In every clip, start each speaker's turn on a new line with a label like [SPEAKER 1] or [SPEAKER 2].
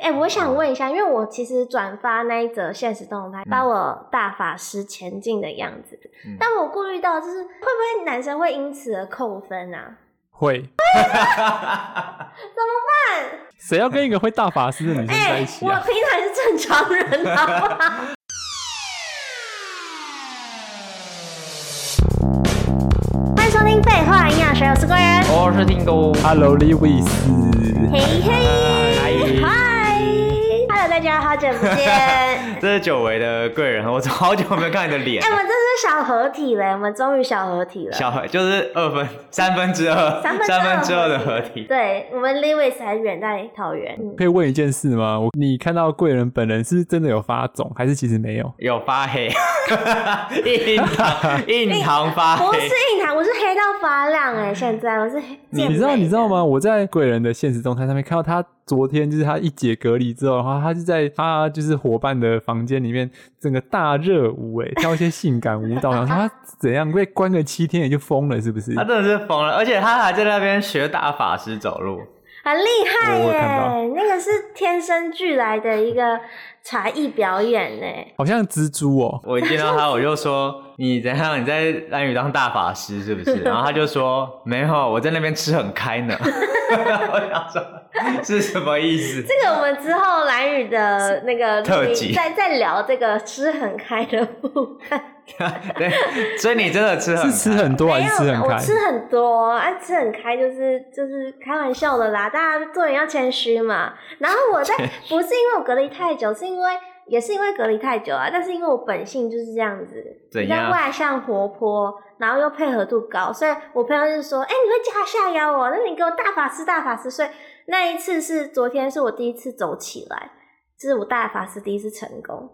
[SPEAKER 1] 哎、我想问一下，因为我其实转发那一则现实动
[SPEAKER 2] 嗯
[SPEAKER 1] 态，把我大法师前进的样子，
[SPEAKER 3] 嗯
[SPEAKER 1] 但我顾虑到就是会不会男生会因此而扣分啊？
[SPEAKER 2] 会，谁要跟一个会大法师的女生在
[SPEAKER 1] 哎、
[SPEAKER 2] 一起
[SPEAKER 1] 我
[SPEAKER 2] 啊？
[SPEAKER 1] 平常是正常人，啊好不好？ 欢迎收听《废话营养学》，哎我是贵人，
[SPEAKER 3] 我是听狗，
[SPEAKER 2] Hello, Lewis。
[SPEAKER 1] 嘿嘿，
[SPEAKER 3] 嗨，
[SPEAKER 1] 嗨，Hello，大家好久不见。 哎、
[SPEAKER 3] 这是久违的贵人，我好久没有看你的脸，
[SPEAKER 1] 我们这是小合体嘞，我们终于小合体了。
[SPEAKER 3] 小何就是二分三分之二，
[SPEAKER 1] 三分之二
[SPEAKER 3] 三分之二的合体，
[SPEAKER 1] 对我们 Lewis 还远在桃园，嗯，
[SPEAKER 2] 可以问一件事吗？我你看到贵人本人是不是真的有发肿，还是其实没有？
[SPEAKER 3] 有发黑， 印 堂印堂发
[SPEAKER 1] 不
[SPEAKER 3] 黑
[SPEAKER 1] 是，硬糖，我是黑到发亮哎、现在我是黑，
[SPEAKER 2] 嗯你
[SPEAKER 1] 健
[SPEAKER 2] 你知道
[SPEAKER 1] 美
[SPEAKER 2] 你知道
[SPEAKER 1] 的？
[SPEAKER 2] 吗？我在贵人的现实动态上面看到他昨天就是他一解隔离之后的话，他就在他就是伙伴的房间里面整个大热舞 哎，跳一些性感舞蹈，然后他怎样被关个七天也就疯了是不是
[SPEAKER 1] 啊
[SPEAKER 3] 他？真的是疯了，而且他还在那边学大法师走路，
[SPEAKER 1] 很厉害
[SPEAKER 2] 我有
[SPEAKER 1] 耶、
[SPEAKER 2] 看到
[SPEAKER 1] 那个是天生俱来的一个才艺表演呢、欸
[SPEAKER 2] 好像蜘蛛哦、
[SPEAKER 3] 我一见到他，我就说你怎样？你在蓝宇当大法师是不 是？然后他就说没有，我在那边吃很开呢。 我想说是什么意思？
[SPEAKER 1] 这个我们之后蓝宇的那个
[SPEAKER 3] 特辑
[SPEAKER 1] 再再聊这个吃很开的部分。
[SPEAKER 3] 对，所以你真的吃很
[SPEAKER 2] 是吃很多还
[SPEAKER 1] 没
[SPEAKER 2] 是
[SPEAKER 1] 有，
[SPEAKER 2] 吃很
[SPEAKER 1] 我
[SPEAKER 2] 开？
[SPEAKER 1] 吃很多，啊，吃很开就是就是开玩笑的啦，大家做人要谦虚嘛。然后我 在不是因为我隔离太久，是因为也是因为隔离太久啊，但是因为我本性就是这样子，
[SPEAKER 3] 怎
[SPEAKER 1] 比较
[SPEAKER 3] 样
[SPEAKER 1] 外向活泼，然后又配合度高，所以我朋友就是说，哎、你会加下腰哦，那你给我大法师大法师。所以那一次是昨天是我第一次走起来。这是我大法师第一次成功，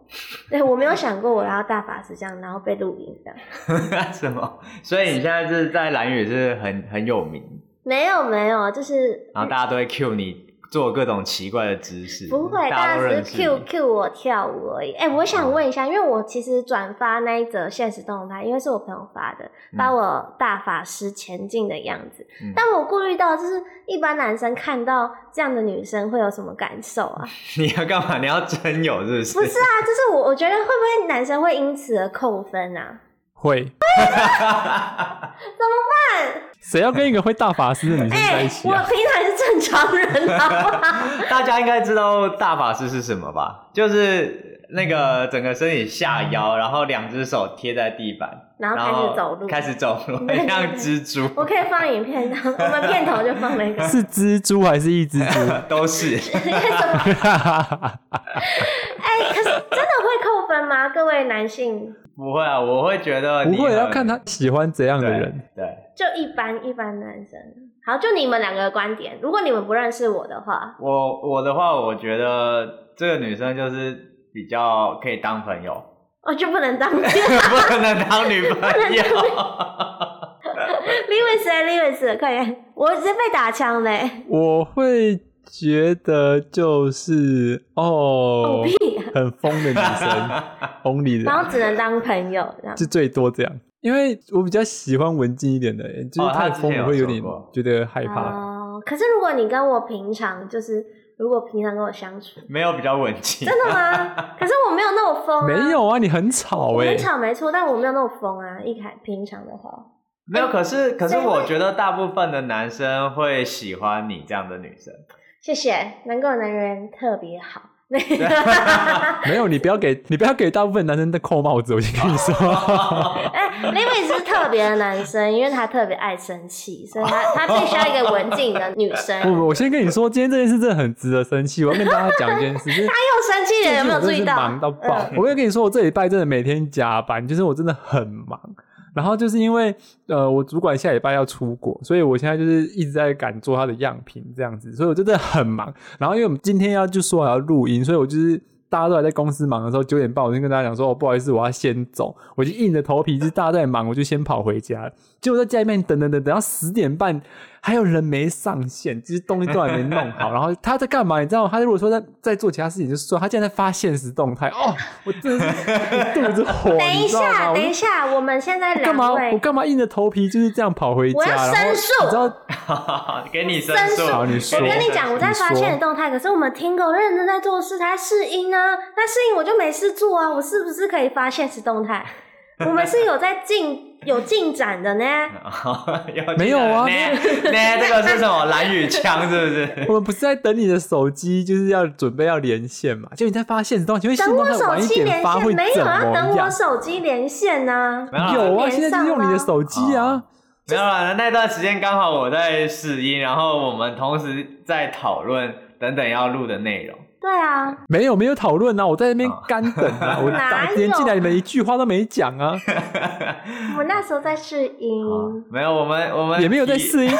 [SPEAKER 1] 对我没有想过我要大法师这样，然后被录音这样。
[SPEAKER 3] 什么？所以你现在是在蓝宇是很很有名，
[SPEAKER 1] 没有没有，就是
[SPEAKER 3] 然后大家都会 cue 你做各种奇怪的姿势，
[SPEAKER 1] 不会，
[SPEAKER 3] 大
[SPEAKER 1] 大
[SPEAKER 3] 家都
[SPEAKER 1] 家
[SPEAKER 3] 认
[SPEAKER 1] 只
[SPEAKER 3] 识嗯
[SPEAKER 1] 是
[SPEAKER 3] 你
[SPEAKER 1] Q Q 我跳舞而已。哎、我想问一下，因为我其实转发那一则现实动态，因为是我朋友发的，把我大法师前进的样子。
[SPEAKER 3] 嗯
[SPEAKER 1] 但我顾虑到，就是一般男生看到这样的女生会有什么感受 啊？
[SPEAKER 3] 你要干嘛？你要真有是不是？
[SPEAKER 1] 不是啊，就是我我觉得会不会男生会因此而扣分啊？
[SPEAKER 2] 会。谁要跟一个会大法师的女生在
[SPEAKER 1] 哎、
[SPEAKER 2] 一起
[SPEAKER 1] 我
[SPEAKER 2] 啊？
[SPEAKER 1] 平常是正常人，啊好不好？
[SPEAKER 3] 大家应该知道大法师是什么吧？就是那个整个身体下腰，然后两只手贴在地板，
[SPEAKER 1] 然后
[SPEAKER 3] 嗯然
[SPEAKER 1] 开
[SPEAKER 3] 后
[SPEAKER 1] 始走路，
[SPEAKER 3] 开始走路，
[SPEAKER 1] 对
[SPEAKER 3] 很像蜘蛛，
[SPEAKER 1] 我可以放影片，然后我们片头就放那个。
[SPEAKER 2] 是蜘蛛还是一只猪？
[SPEAKER 3] 都是
[SPEAKER 1] 哎、可是真的会扣分吗？ 各位男性，
[SPEAKER 3] 不会啊，我会觉得
[SPEAKER 2] 不
[SPEAKER 3] 你
[SPEAKER 2] 会，
[SPEAKER 3] 很
[SPEAKER 2] 要看他喜欢怎样的
[SPEAKER 3] 对
[SPEAKER 2] 人。
[SPEAKER 3] 对。
[SPEAKER 1] 就一般一般男生。好，就你们两个的观点，如果你们不认识我的话，
[SPEAKER 3] 我我的话，我觉得这个女生就是比较可以当朋友，
[SPEAKER 1] 我就不能当
[SPEAKER 3] 不可能当女朋友。
[SPEAKER 1] Lewis 了 Lewis，了快点，我直接被打枪嘞！
[SPEAKER 2] 我会觉得就是哦，很疯的女 生
[SPEAKER 1] 啊
[SPEAKER 2] ，only
[SPEAKER 1] 然
[SPEAKER 2] 的，
[SPEAKER 1] 后只能当朋友这样。
[SPEAKER 2] 就最多这样。因为我比较喜欢文静一点的，就是
[SPEAKER 3] 哦他
[SPEAKER 2] 太
[SPEAKER 3] 之前
[SPEAKER 2] 疯
[SPEAKER 3] 有
[SPEAKER 2] 我会有
[SPEAKER 3] 说
[SPEAKER 2] 点
[SPEAKER 3] 过
[SPEAKER 2] 觉得害怕。
[SPEAKER 1] 哦，可是如果你跟我平常就是，如果平常跟我相 处，
[SPEAKER 3] 没有比较稳定，
[SPEAKER 1] 真的吗？可是我没有那么疯、啊，
[SPEAKER 2] 没，有啊，你很吵
[SPEAKER 1] 我
[SPEAKER 2] 哎、
[SPEAKER 1] 很吵没错，但我没有那么疯啊。一开平常的话，
[SPEAKER 3] 没有。可是可是，
[SPEAKER 1] 哎谁会
[SPEAKER 3] 我觉得大部分的男生会喜欢你这样的女生。
[SPEAKER 1] 谢谢，能够男人特别好。
[SPEAKER 2] 没有，你不要给你不要给大部分男生的扣帽子，我先跟你说。
[SPEAKER 1] 哎、l e w i s 是特别的男生，因为他特别爱生气，所以他他必须要一个文静的女生。
[SPEAKER 2] 不不，我先跟你说，今天这件事真的很值得生气。我要跟大家讲一件事，就是
[SPEAKER 1] 又生气
[SPEAKER 2] 最
[SPEAKER 1] 了，
[SPEAKER 2] 近
[SPEAKER 1] 有没有
[SPEAKER 2] 我真
[SPEAKER 1] 注
[SPEAKER 2] 的是
[SPEAKER 1] 意到？
[SPEAKER 2] 忙到爆！
[SPEAKER 1] 嗯
[SPEAKER 2] 我会跟你说，我这礼拜真的每天加班，就是我真的很忙。然后就是因为呃，我主管下礼拜要出国，所以我现在就是一直在赶做他的样品这样子，所以我真的很忙。然后因为我们今天要就说好要录音，所以我就是。大家都还在公司忙的时候，九点半我就跟大家讲说，哦，不好意思，我要先走，我就硬着头皮，就是大家在忙，我就先跑回家了。结果在家里面等等等等，到十点半还有人没上线，就是东西都还没弄好，然后他在干嘛？你知道吗？他如果说在在做其他事情就算，他竟然在发现实动态，哦，我真的是肚子火，
[SPEAKER 1] 等一
[SPEAKER 2] 你知道吗
[SPEAKER 1] 下，
[SPEAKER 2] 我
[SPEAKER 1] 等一下，我们现在
[SPEAKER 2] 干
[SPEAKER 1] 两
[SPEAKER 2] 嘛？我
[SPEAKER 1] 位
[SPEAKER 2] 干嘛硬着头皮就是这样跑回家？
[SPEAKER 1] 我要
[SPEAKER 2] 然后
[SPEAKER 1] 申诉
[SPEAKER 2] 你知道
[SPEAKER 3] 给你申
[SPEAKER 1] 申
[SPEAKER 3] 诉，
[SPEAKER 1] 诉
[SPEAKER 2] 好你
[SPEAKER 1] 我
[SPEAKER 2] 说
[SPEAKER 1] 跟你 讲，我在发
[SPEAKER 2] 你说
[SPEAKER 1] 现的动态，可是我们听狗认真在做事，他在试音啊，那试音我就没事做啊，我是不是可以发现实动态？我们是有在进有进展的 呢。
[SPEAKER 2] 没有啊
[SPEAKER 3] 那 那这个是什么蓝语腔是不 是？
[SPEAKER 2] 我们不是在等你的手机，就是要准备要连线嘛？就你在发现实动态，请问现
[SPEAKER 1] 等
[SPEAKER 2] 实动
[SPEAKER 1] 我
[SPEAKER 2] 态
[SPEAKER 1] 手
[SPEAKER 2] 晚一
[SPEAKER 1] 机连
[SPEAKER 2] 点发会
[SPEAKER 1] 线，
[SPEAKER 2] 怎
[SPEAKER 1] 没有
[SPEAKER 2] 么
[SPEAKER 1] 啊，等我
[SPEAKER 2] 样？
[SPEAKER 1] 手机连线呢、
[SPEAKER 3] 没有
[SPEAKER 2] 有
[SPEAKER 3] 啊
[SPEAKER 2] 啊，现在就是用你的手机啊。
[SPEAKER 3] 没有啦，那段时间刚好我在试音，然后我们同时在讨论等等要录的内容。
[SPEAKER 1] 对啊，
[SPEAKER 2] 没有没有讨论啊，我在那边
[SPEAKER 3] 啊
[SPEAKER 2] 干等啊，我
[SPEAKER 1] 哪
[SPEAKER 2] 打连进
[SPEAKER 1] 有
[SPEAKER 2] 来你们一句话都没讲啊，
[SPEAKER 1] 我那时候在试音，
[SPEAKER 3] 没有，我们我
[SPEAKER 2] 嗯
[SPEAKER 3] 们
[SPEAKER 2] 也没有在
[SPEAKER 3] 以
[SPEAKER 2] 试音，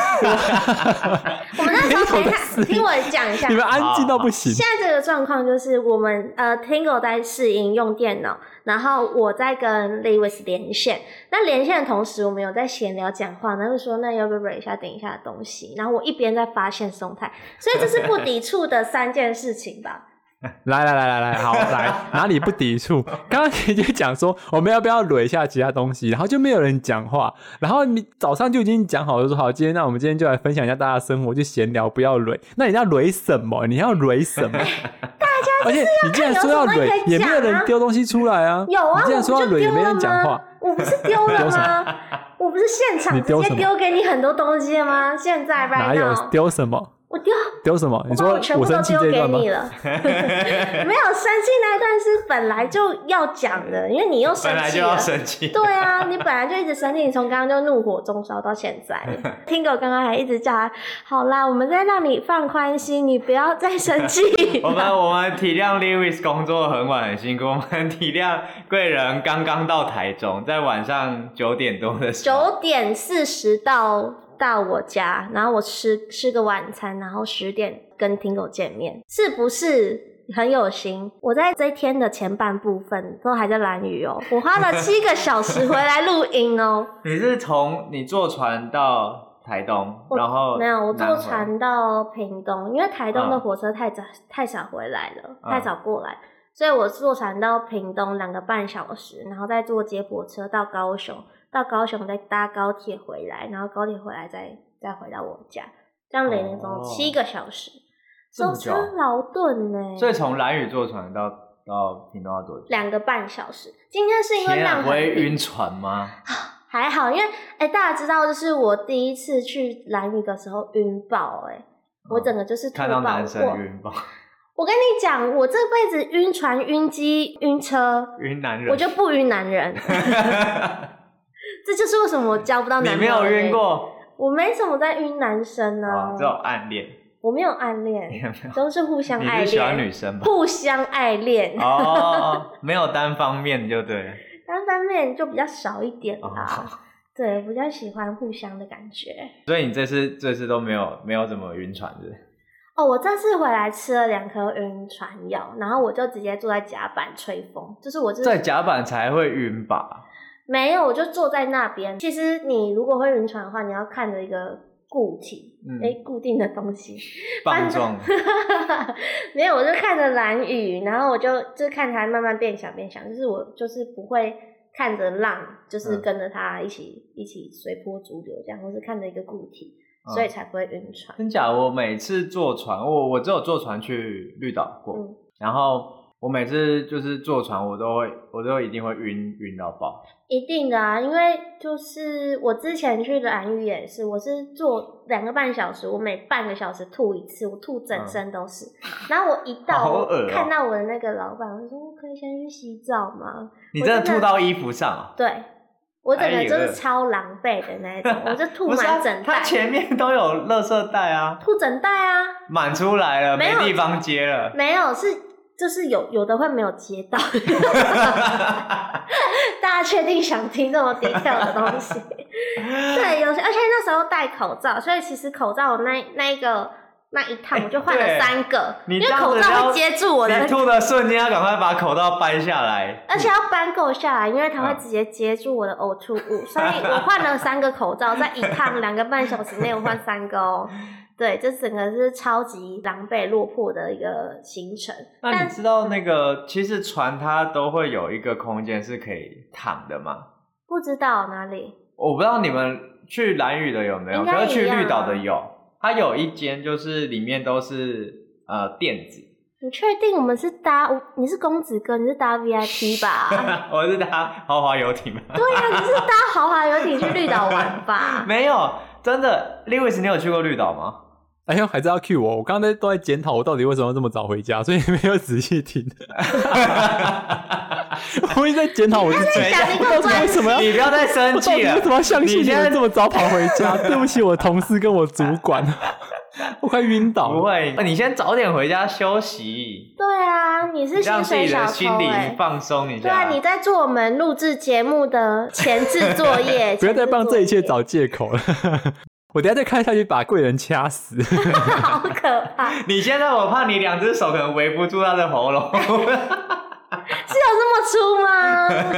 [SPEAKER 1] 我们那时候等一
[SPEAKER 2] 没有在
[SPEAKER 1] 下，
[SPEAKER 2] 试
[SPEAKER 1] 听我讲一下
[SPEAKER 2] 你。们安静到不行。
[SPEAKER 1] 现在这个状况就是我们呃，Tingo 在试音用电脑，然后我在跟 Lewis 连线。那连线的同时，我们有在闲聊讲话，然后就说那要不要 break 一下，等一下的东西。然后我一边在发现动态，所以这是不抵触的三件事情
[SPEAKER 2] 啊
[SPEAKER 1] 吧？
[SPEAKER 2] 来来来来来，好来，哪里不 抵触？刚刚你就讲说我们要不要捋一下其他东西，然后就没有人讲话，然后你早上就已经讲好了说好，今天那我们今天就来分享一下大家的生活，就闲聊，不要捋。那你要捋什么？你要捋什 么？而且你既然说要
[SPEAKER 1] 有什么可以
[SPEAKER 2] 捋，也没有
[SPEAKER 1] 讲啊
[SPEAKER 2] 人丢东西出来 啊。
[SPEAKER 1] 有啊，
[SPEAKER 2] 你既然说
[SPEAKER 1] 我
[SPEAKER 2] 要
[SPEAKER 1] 不
[SPEAKER 2] 捋，
[SPEAKER 1] 就
[SPEAKER 2] 也
[SPEAKER 1] 丢
[SPEAKER 2] 没
[SPEAKER 1] 了
[SPEAKER 2] 人讲
[SPEAKER 1] 吗
[SPEAKER 2] 话。？
[SPEAKER 1] 我不是丢了
[SPEAKER 2] 丢什
[SPEAKER 1] 吗？我不是现场
[SPEAKER 2] 你
[SPEAKER 1] 直
[SPEAKER 2] 丢
[SPEAKER 1] 接
[SPEAKER 2] 什么
[SPEAKER 1] 丢给你很多东西了吗？现在 right
[SPEAKER 2] 哪有
[SPEAKER 1] now，
[SPEAKER 2] 丢什么？
[SPEAKER 1] 我丢，
[SPEAKER 2] 丢什么？
[SPEAKER 1] 我把
[SPEAKER 2] 你说
[SPEAKER 1] 我全部
[SPEAKER 2] 我
[SPEAKER 1] 都
[SPEAKER 2] 生气
[SPEAKER 1] 丢
[SPEAKER 2] 这一
[SPEAKER 1] 给
[SPEAKER 2] 段吗？
[SPEAKER 1] 你 了。没有生气那一段是本来就要讲的，因为你又生
[SPEAKER 3] 本来
[SPEAKER 1] 气
[SPEAKER 3] 就
[SPEAKER 1] 了
[SPEAKER 3] 要。生气，
[SPEAKER 1] 对啊，你本来就一直生气，你从刚刚就怒火中烧到现 在。听狗刚刚还一直叫他，好啦，我们再让你放宽心，你不要再生气
[SPEAKER 3] 我
[SPEAKER 1] 了。
[SPEAKER 3] 们我们体谅 Lewis 工作很晚很辛苦，我们体谅贵人刚刚到台中，在晚上九点多的时候，
[SPEAKER 1] 九点四十到到我家，然后我吃吃个晚餐，然后十点跟听狗见面，是不是很有心？我在这一天的前半部分都还在蓝雨哦，我花了七个小时回来录音哦，
[SPEAKER 3] 你是从你坐船到台东，
[SPEAKER 1] 我
[SPEAKER 3] 然后
[SPEAKER 1] 没有，我
[SPEAKER 3] 哦南
[SPEAKER 1] 坐
[SPEAKER 3] 回
[SPEAKER 1] 船到屏东，因为台东的
[SPEAKER 3] 嗯
[SPEAKER 1] 火车太早、太少回来了，
[SPEAKER 3] 嗯
[SPEAKER 1] 太早过来，所以我坐船到屏东两个半小时，然后再坐接驳车到高雄，到高雄再搭高铁回来，然后高铁回来再再回到我家，这样累零总
[SPEAKER 3] 哦
[SPEAKER 1] 七个小时，
[SPEAKER 3] 这么
[SPEAKER 1] 舟
[SPEAKER 3] 久
[SPEAKER 1] 车劳顿呢、
[SPEAKER 3] 啊所以从兰屿坐船到到屏东要多久？
[SPEAKER 1] 两个半小时。今天是因为
[SPEAKER 3] 天啊，
[SPEAKER 1] 浪
[SPEAKER 3] 不
[SPEAKER 1] 很
[SPEAKER 3] 会
[SPEAKER 1] 低
[SPEAKER 3] 晕船吗？
[SPEAKER 1] 还好，因为哎、大家知道，就是我第一次去蓝屿的时候晕爆、哎，我整个就是吐
[SPEAKER 3] 哦看到
[SPEAKER 1] 爆
[SPEAKER 3] 男生
[SPEAKER 1] 过
[SPEAKER 3] 晕吧，
[SPEAKER 1] 我跟你讲，我这辈子晕船、晕机、晕车，
[SPEAKER 3] 晕男人，
[SPEAKER 1] 我就不晕男 人。这就是为什么我交不到
[SPEAKER 3] 你
[SPEAKER 1] 男朋
[SPEAKER 3] 没
[SPEAKER 1] 友。
[SPEAKER 3] 有晕，过
[SPEAKER 1] 我没什么在晕男生
[SPEAKER 3] 啊，
[SPEAKER 1] 啊
[SPEAKER 3] 这，种暗恋，
[SPEAKER 1] 我没有暗恋，
[SPEAKER 3] 你有没有？
[SPEAKER 1] 都是互相
[SPEAKER 3] 你
[SPEAKER 1] 爱
[SPEAKER 3] 是喜欢女
[SPEAKER 1] 恋，
[SPEAKER 3] 生啊吧？
[SPEAKER 1] 互相爱恋，
[SPEAKER 3] 哦，没有单方面就对了。
[SPEAKER 1] 单方面就比较少一点
[SPEAKER 3] 哦
[SPEAKER 1] 啦。 对，比较喜欢互相的感觉。
[SPEAKER 3] 所以你这次这次都没有没有怎么晕船的，
[SPEAKER 1] 哦，我这次回来吃了两颗晕船药，然后我就直接坐在甲板吹风，就是我就是
[SPEAKER 3] 在甲板才会晕吧？
[SPEAKER 1] 没有，我就坐在那边。其实你如果会晕船的话，你要看着一个固体，
[SPEAKER 3] 嗯
[SPEAKER 1] 哎、固定的东西。
[SPEAKER 3] 棒状
[SPEAKER 1] 没有，我就看着蓝雨，然后我就就看它慢慢变小变小，就是我就是不会看着浪，就是
[SPEAKER 3] 嗯
[SPEAKER 1] 跟着它一起、一起随波逐流这样，我是看着一个固体，
[SPEAKER 3] 嗯
[SPEAKER 1] 所以才不会晕船。
[SPEAKER 3] 真假？我每次坐船，我我只有坐船去绿岛过，
[SPEAKER 1] 嗯
[SPEAKER 3] 然后我每次就是坐船，我都会我都一定会晕晕到爆。
[SPEAKER 1] 一定的啊，因为就是我之前去的蓝屿也是，我是坐两个半小时，我每半个小时吐一次，我吐整身都是。然后我一到、
[SPEAKER 3] 嗯好恶哦
[SPEAKER 1] 看到我的那个老板，我就说我可以先去洗澡吗？
[SPEAKER 3] 你
[SPEAKER 1] 我
[SPEAKER 3] 真的
[SPEAKER 1] 真的
[SPEAKER 3] 吐到衣服上啊？
[SPEAKER 1] 对我整个就
[SPEAKER 3] 哎
[SPEAKER 1] 是
[SPEAKER 3] 呦
[SPEAKER 1] 超狼狈的那一种，我 就吐
[SPEAKER 3] 不是啊
[SPEAKER 1] 满整
[SPEAKER 3] 它
[SPEAKER 1] 袋，
[SPEAKER 3] 前面都有垃圾袋啊，
[SPEAKER 1] 吐整袋啊，
[SPEAKER 3] 满出来了，
[SPEAKER 1] 没
[SPEAKER 3] 没
[SPEAKER 1] 有
[SPEAKER 3] 地方接 了。
[SPEAKER 1] 没有是就是有有的会没有接 到， 大家确定想听这么 detail 的东西？对，有些而且那时候戴口罩，所以其实口罩那那一个那一趟，我就换
[SPEAKER 3] 哎对
[SPEAKER 1] 了三个，
[SPEAKER 3] 你
[SPEAKER 1] 因为
[SPEAKER 3] 这样
[SPEAKER 1] 口
[SPEAKER 3] 子
[SPEAKER 1] 罩
[SPEAKER 3] 要
[SPEAKER 1] 会接住我的
[SPEAKER 3] 你，吐的瞬间要赶快把口罩掰下来。
[SPEAKER 1] 而且要搬够下来，因为它会
[SPEAKER 3] 啊
[SPEAKER 1] 直接接住我的呕吐物，所以我换了三个口罩，在一 趟两个半小时内我换三个哦。对，这整个是超级狼狈落魄的一个行程。
[SPEAKER 3] 那
[SPEAKER 1] 但
[SPEAKER 3] 你知道那个其实船它都会有一个空间是可以躺的吗？
[SPEAKER 1] 不知道哪里
[SPEAKER 3] 我不知道你们去蓝屿的有没有，
[SPEAKER 1] 应该
[SPEAKER 3] 可是去
[SPEAKER 1] 一样啊啊
[SPEAKER 3] 绿岛的有，它有一间就是里面都是呃垫子，
[SPEAKER 1] 你确定我们是搭？你是公子哥，你是搭 VIP 吧？
[SPEAKER 3] 我是搭豪华游艇吗？
[SPEAKER 1] 对呀、你是搭豪华游艇去绿岛玩 吧？
[SPEAKER 3] 没有，真的，Lewis，你有去过绿岛吗？
[SPEAKER 2] 哎呦，还是要 cue 我，我刚才都在检讨我到底为什么要这么早回家，所以没有仔细听。 我一直在检讨我自己，
[SPEAKER 1] 在讲你
[SPEAKER 2] 我
[SPEAKER 1] 给
[SPEAKER 2] 到
[SPEAKER 1] 我
[SPEAKER 2] 底
[SPEAKER 1] 专
[SPEAKER 2] 为什么要
[SPEAKER 3] 你不要再生
[SPEAKER 2] 我到底
[SPEAKER 3] 气了
[SPEAKER 2] 为什么要相信
[SPEAKER 3] 你
[SPEAKER 2] 你
[SPEAKER 3] 现在
[SPEAKER 2] 们这么早跑回家？对不起，我同事跟我主管， 我快晕倒
[SPEAKER 3] 不
[SPEAKER 2] 了。
[SPEAKER 3] 会，你先早点回家休息，
[SPEAKER 1] 对啊，你是
[SPEAKER 3] 让
[SPEAKER 1] 薪
[SPEAKER 3] 自
[SPEAKER 1] 水
[SPEAKER 3] 己
[SPEAKER 1] 小
[SPEAKER 3] 的
[SPEAKER 1] 偷
[SPEAKER 3] 心
[SPEAKER 1] 哎、
[SPEAKER 3] 灵放松一下。
[SPEAKER 1] 对啊，你在做我们录制节目的前置作业，
[SPEAKER 2] 不要再帮这一切
[SPEAKER 1] 前置作
[SPEAKER 2] 找借口了。 我等一下再看下去，把贵人掐死。
[SPEAKER 1] 业， 好可怕！是有
[SPEAKER 3] 你现在我怕你两只手可能围不住他的喉 咙，
[SPEAKER 1] 这么粗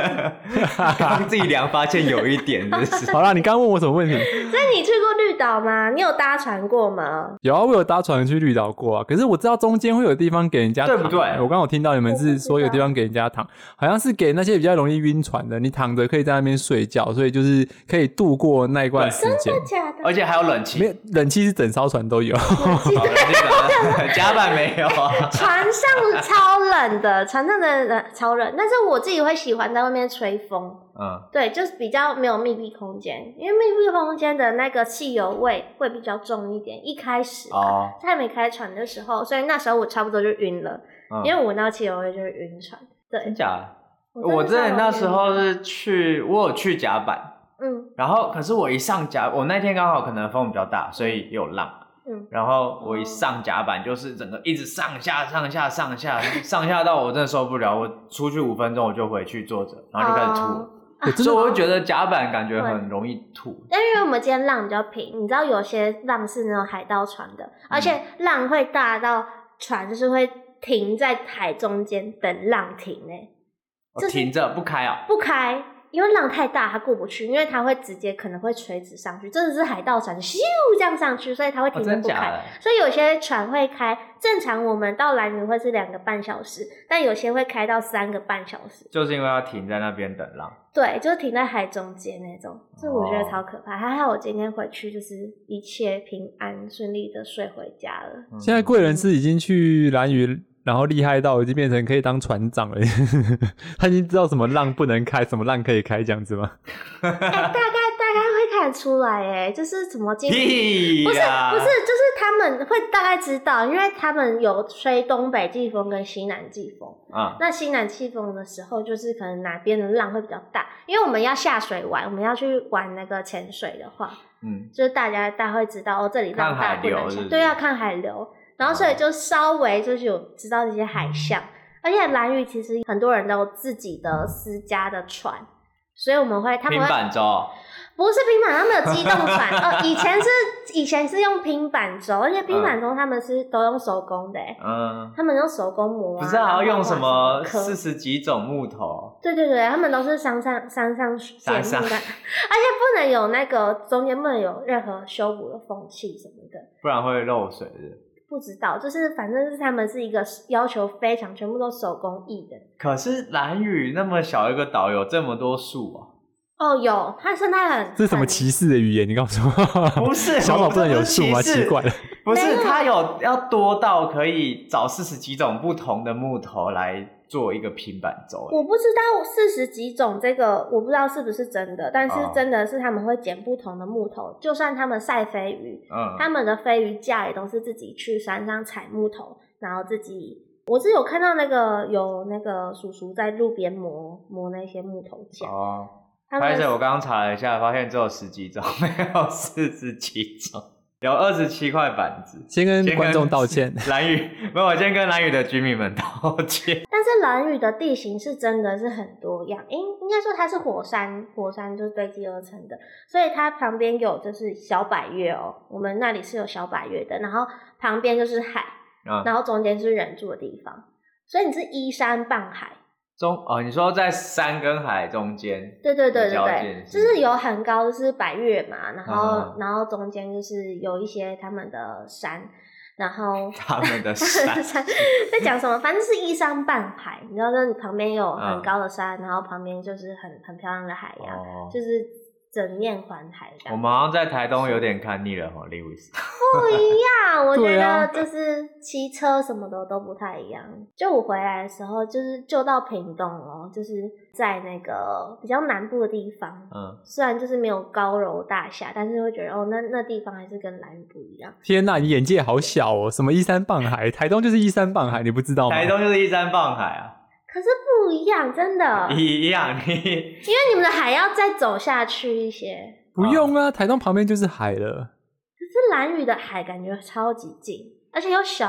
[SPEAKER 1] 吗？
[SPEAKER 3] 刚自己量发现有一点，真是。
[SPEAKER 2] 好啦，你刚刚问我什么问题？
[SPEAKER 1] 所以你去过绿岛吗？你有搭船过吗？
[SPEAKER 2] 有啊，我有搭船去绿岛过啊。可是我知道中间会有地方给人家躺欸
[SPEAKER 3] 对不对
[SPEAKER 2] 我刚刚有听到你们是说有地方给人家躺，好像是给那些比较容易晕船的，你躺着可以在那边睡觉，所以就是可以度过那一段时间。
[SPEAKER 1] 真的假的？
[SPEAKER 3] 而且还有冷
[SPEAKER 2] 没
[SPEAKER 3] 气，
[SPEAKER 2] 有冷气是整艘船都有，
[SPEAKER 3] 好冷气怎 么甲板没有啊？
[SPEAKER 1] 船上超冷的，船上的人超冷，但是我自己会喜欢在外面吹风，
[SPEAKER 3] 嗯，
[SPEAKER 1] 对，就是比较没有密闭空间，因为密闭空间的那个汽油味会比较重一点。一开始、啊，
[SPEAKER 3] 哦，
[SPEAKER 1] 在还没开船的时候，所以那时候我差不多就晕了，
[SPEAKER 3] 嗯
[SPEAKER 1] 因为我闻到汽油味就会晕船。对
[SPEAKER 3] 真，假的？
[SPEAKER 1] 真
[SPEAKER 3] 我
[SPEAKER 1] 的
[SPEAKER 3] 真的
[SPEAKER 1] 超
[SPEAKER 3] 那
[SPEAKER 1] 容易
[SPEAKER 3] 时
[SPEAKER 1] 晕
[SPEAKER 3] 候
[SPEAKER 1] 船，
[SPEAKER 3] 是去，我有去甲板，
[SPEAKER 1] 嗯，
[SPEAKER 3] 然后可是我一上甲，我那天刚好可能风比较大，所以有浪。
[SPEAKER 1] 嗯
[SPEAKER 3] 然后我一上甲板，就是整个一直上下上下上下上下到我真的受不了，我出去五分钟我就回去坐着，然后就开始吐
[SPEAKER 1] 哦
[SPEAKER 3] 了。
[SPEAKER 2] 我 真
[SPEAKER 3] 所以我就
[SPEAKER 2] 的
[SPEAKER 3] 觉得甲板感觉很容易吐。
[SPEAKER 1] 但因为我们今天浪比较平，你知道有些浪是那种海盗船
[SPEAKER 3] 嗯
[SPEAKER 1] 的，而且浪会大到船就是会停在海中间等浪停欸诶、
[SPEAKER 3] 我
[SPEAKER 1] 就是
[SPEAKER 3] 停着不开啊！
[SPEAKER 1] 不开，因为浪太大，它过不去，因为它会直接可能会垂直上去，真的是海盗船咻这样上去，所以它会
[SPEAKER 3] 哦，
[SPEAKER 1] 停着
[SPEAKER 3] 真
[SPEAKER 1] 不
[SPEAKER 3] 假
[SPEAKER 1] 开。
[SPEAKER 3] 的？
[SPEAKER 1] 所以有些船会开，正常我们到兰屿会是两个半小时，但有些会开到三个半小时。
[SPEAKER 3] 就是因为要停在那边等浪。
[SPEAKER 1] 对，就是停在海中间那种，这我觉得
[SPEAKER 3] 哦
[SPEAKER 1] 超可怕。还好我今天回去就是一切平安顺利的睡回家 了。
[SPEAKER 3] 嗯
[SPEAKER 2] 现在贵人是已经去蓝屿，然后厉害到已经变成可以当船长了， 他已经知道什么浪不能开，什么浪可以开，这样子吗？
[SPEAKER 1] 哎、大概大概会看得出来、哎，就是怎么今天。
[SPEAKER 3] 屁
[SPEAKER 1] 不是
[SPEAKER 3] 呀！
[SPEAKER 1] 不是，就是他们会大概知道，因为他们有吹东北季风跟西南季风。
[SPEAKER 3] 啊，
[SPEAKER 1] 那西南季风的时候，就是可能哪边的浪会比较大，因为我们要下水玩，我们要去玩那个潜水的话，
[SPEAKER 3] 嗯，
[SPEAKER 1] 就是大家大家会知道哦，这里浪
[SPEAKER 3] 看海
[SPEAKER 1] 大不能
[SPEAKER 3] 流
[SPEAKER 1] 下
[SPEAKER 3] 是不是
[SPEAKER 1] 对，要啊看海流。然后所以就稍微就是有知道一些海象，而且蓝屿其实很多人都有自己的私家的船，所以我们会他们
[SPEAKER 3] 平
[SPEAKER 1] 会
[SPEAKER 3] 板舟，
[SPEAKER 1] 不是平板，他们有机动船 哦。以前是以前是用平板舟，而且平板舟他们是都用手工的、欸，
[SPEAKER 3] 嗯，
[SPEAKER 1] 他们用手工磨、啊，
[SPEAKER 3] 不是还要
[SPEAKER 1] 然后
[SPEAKER 3] 用什么
[SPEAKER 1] 画
[SPEAKER 3] 四
[SPEAKER 1] 刻
[SPEAKER 3] 十几种木头？
[SPEAKER 1] 对对对，他们都是山上山上树
[SPEAKER 3] 山
[SPEAKER 1] 剪
[SPEAKER 3] 上
[SPEAKER 1] 木的，而且不能有那个中间不能有任何修补的缝隙什么的。
[SPEAKER 3] 不然会漏水的。
[SPEAKER 1] 不知道，就是反正是他们是一个要求非常，全部都手工艺的。
[SPEAKER 3] 可是蓝屿那么小一个岛，有这么多树 啊？
[SPEAKER 1] 哦，有，它生态很
[SPEAKER 2] 这是什么
[SPEAKER 3] 哎
[SPEAKER 1] 很
[SPEAKER 2] 歧视的语言？你告诉我，
[SPEAKER 3] 不是，
[SPEAKER 2] 小岛不能有
[SPEAKER 3] 这是
[SPEAKER 2] 树吗？
[SPEAKER 3] 歧视
[SPEAKER 2] 奇怪，了。
[SPEAKER 3] 不
[SPEAKER 1] 没
[SPEAKER 3] 是
[SPEAKER 1] 有
[SPEAKER 3] 它有要多到可以找四十几种不同的木头来做一个平板舟。
[SPEAKER 1] 我不知道四十几种这个，我不知道是不是真的，但是
[SPEAKER 3] 哦
[SPEAKER 1] 真的是他们会捡不同的木头，就算他们晒飞鱼，他
[SPEAKER 3] 嗯，
[SPEAKER 1] 们的飞鱼架也都是自己去山上采木头，然后自己。我是有看到那个有那个叔叔在路边磨磨那些木头架，
[SPEAKER 3] 哦，
[SPEAKER 1] 他
[SPEAKER 3] 不好意
[SPEAKER 1] 们
[SPEAKER 3] 思，我刚刚查了一下，发现只有十几种，没有四十几种，有二十七块板子。
[SPEAKER 2] 先跟
[SPEAKER 3] 先跟
[SPEAKER 2] 观众道歉。
[SPEAKER 3] 蓝屿，没有，我先跟蓝屿的居民们道歉。
[SPEAKER 1] 但是兰屿的地形是真的是很多样，应应该说它是火山，火山就是堆积而成的，所以它旁边有就是小百越哦，我们那里是有小百越的，然后旁边就是海，
[SPEAKER 3] 啊、
[SPEAKER 1] 然后中间是人住的地方，所以你是依山傍海。
[SPEAKER 3] 中哦，你说在山跟海中间，
[SPEAKER 1] 对对对对
[SPEAKER 3] 交
[SPEAKER 1] 对
[SPEAKER 3] 界，
[SPEAKER 1] 就是是有很高的是百越嘛，然后、
[SPEAKER 3] 啊
[SPEAKER 1] 然后中间就是有一些他们的山，然后
[SPEAKER 3] 他们 的
[SPEAKER 1] 山
[SPEAKER 3] 山，
[SPEAKER 1] 在讲什么？反正是依山傍海，你知道，那你旁边有很
[SPEAKER 3] 啊
[SPEAKER 1] 高的山，然后旁边就是很很漂亮的海洋，
[SPEAKER 3] 哦，
[SPEAKER 1] 就是整面环海的感觉。
[SPEAKER 3] 我们好像在台东有点看腻了哈，Lewis。
[SPEAKER 1] 不一样，我觉
[SPEAKER 2] 对
[SPEAKER 1] 得
[SPEAKER 2] 啊
[SPEAKER 1] 就是骑车什么的都不太一样。就我回来的时候，就是就到屏东哦，就是在那个比较南部的地方，
[SPEAKER 3] 嗯，
[SPEAKER 1] 虽然就是没有高楼大厦，但是会觉得哦，那那地方还是跟兰屿不一样。
[SPEAKER 2] 天呐，你眼界好小哦！什么依山傍海，台东就是依山傍海，你不知道吗？
[SPEAKER 3] 台东就是依山傍海啊，
[SPEAKER 1] 可是不一样，真 的，因
[SPEAKER 3] 一一样，你
[SPEAKER 1] 为你们的海要再走下去一些，
[SPEAKER 2] 不用
[SPEAKER 3] 哦
[SPEAKER 2] 啊，台东旁边就是海了。
[SPEAKER 1] 可是兰屿的海感觉超级近，而且又小。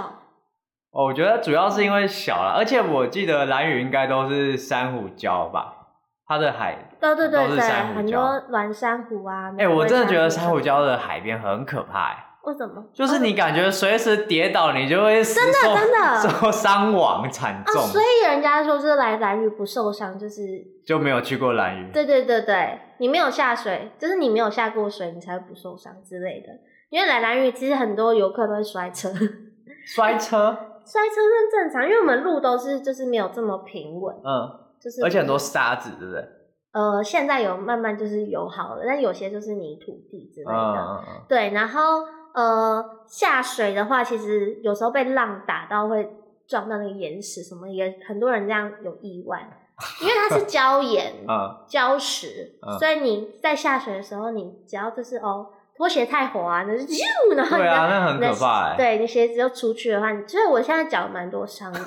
[SPEAKER 3] 哦，我觉得主要是因为小了，而且我记得蓝屿应该都是珊瑚礁吧，它的海，
[SPEAKER 1] 对对对
[SPEAKER 3] 哦都是
[SPEAKER 1] 对，
[SPEAKER 3] 珊瑚
[SPEAKER 1] 很
[SPEAKER 3] 礁
[SPEAKER 1] 多软珊瑚啊。
[SPEAKER 3] 哎、我真的觉得珊
[SPEAKER 1] 什
[SPEAKER 3] 瑚
[SPEAKER 1] 么
[SPEAKER 3] 礁的海边很可怕、欸，
[SPEAKER 1] 为什么？哦
[SPEAKER 3] 就是你感觉随时跌倒，你就会真
[SPEAKER 1] 的真的
[SPEAKER 3] 受伤亡惨
[SPEAKER 1] 啊，
[SPEAKER 3] 重，
[SPEAKER 1] 所以人家说就是来蓝屿不受伤，就是
[SPEAKER 3] 就没有去过蓝屿。
[SPEAKER 1] 对对对对，你没有下水，就是你没有下过水，你才会不受伤之类的。因为来蓝屿其实很多游客都会摔车，
[SPEAKER 3] 摔车，
[SPEAKER 1] 摔车是正常，因为我们路都是就是没有这么平稳，
[SPEAKER 3] 嗯，
[SPEAKER 1] 就是
[SPEAKER 3] 而且很多沙子，对不对？
[SPEAKER 1] 呃现在有慢慢就是有好了，但有些就是泥土地之类
[SPEAKER 3] 嗯
[SPEAKER 1] 的。
[SPEAKER 3] 嗯嗯，
[SPEAKER 1] 对，然后呃下水的话，其实有时候被浪打到会撞到那个岩石什么，也很多人这样有意外，因为它是 礁岩、
[SPEAKER 3] 嗯
[SPEAKER 1] 礁石，
[SPEAKER 3] 嗯
[SPEAKER 1] 所以你在下水的时候，你只要就是哦拖鞋太滑，那就咻，然后你
[SPEAKER 3] 对啊，
[SPEAKER 1] 的
[SPEAKER 3] 那很
[SPEAKER 1] 你的
[SPEAKER 3] 可怕、欸。
[SPEAKER 1] 对你鞋子就出去的话，你所以我现在脚蛮多伤 的，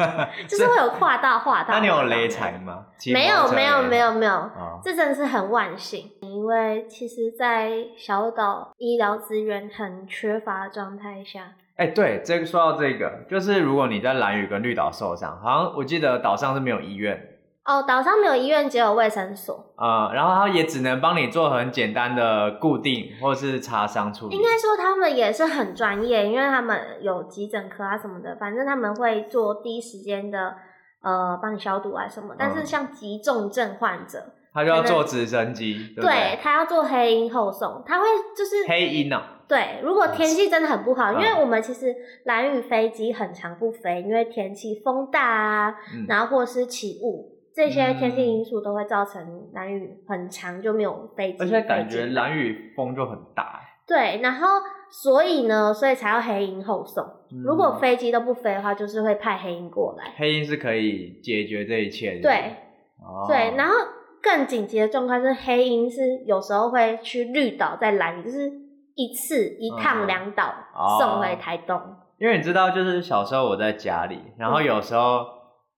[SPEAKER 1] 就是会有跨到跨到。
[SPEAKER 3] 嗯啊那你有
[SPEAKER 1] 划到
[SPEAKER 3] 雷财？吗？骑
[SPEAKER 1] 没有
[SPEAKER 3] 摩托车
[SPEAKER 1] 没有
[SPEAKER 3] 勒
[SPEAKER 1] 没有没有，
[SPEAKER 3] 啊，
[SPEAKER 1] 这真的是很万幸，因为其实，在小岛医疗资源很缺乏的状态下，
[SPEAKER 3] 哎、对，这个说到这个，就是如果你在蓝屿跟绿岛受伤，好像我记得岛上是没有医院，
[SPEAKER 1] 哦，岛上没有医院，只有卫生所。
[SPEAKER 3] 呃，然后他也只能帮你做很简单的固定或是擦伤处理
[SPEAKER 1] 应。该说他们也是很专业，因为他们有急诊科啊什么的，反正他们会做第一时间的呃帮你消毒啊什么。但是
[SPEAKER 3] 嗯
[SPEAKER 1] 像急重症患者，
[SPEAKER 3] 他就要
[SPEAKER 1] 可能
[SPEAKER 3] 坐直升机，对不
[SPEAKER 1] 对他要做黑鹰后送，他会就是
[SPEAKER 3] 黑鹰啊，
[SPEAKER 1] 对，如果天气真的很不好，因为
[SPEAKER 3] 嗯
[SPEAKER 1] 我们其实蓝屿飞机很常不飞，因为天气风大啊，
[SPEAKER 3] 嗯
[SPEAKER 1] 然后或是起雾，这些天气因素都会造成蓝屿很长就没有飞机飞
[SPEAKER 3] 而
[SPEAKER 1] 进来。
[SPEAKER 3] 且感觉蓝屿风就很大。
[SPEAKER 1] 对，然后所以呢，所以才要黑鹰后送。如果
[SPEAKER 3] 嗯
[SPEAKER 1] 飞机都不飞的话，就是会派黑鹰过来。
[SPEAKER 3] 黑鹰是可以解决这一切的，
[SPEAKER 1] 对
[SPEAKER 3] 哦、
[SPEAKER 1] 对，然
[SPEAKER 3] 后
[SPEAKER 1] 后更紧急的状况是黑鹰是有时候会去绿岛再蓝屿，就是一次一趟
[SPEAKER 3] 嗯
[SPEAKER 1] 两岛
[SPEAKER 3] 哦
[SPEAKER 1] 送回台东。
[SPEAKER 3] 因为你知道，就是小时候我在家里，然
[SPEAKER 1] 嗯
[SPEAKER 3] 后有时候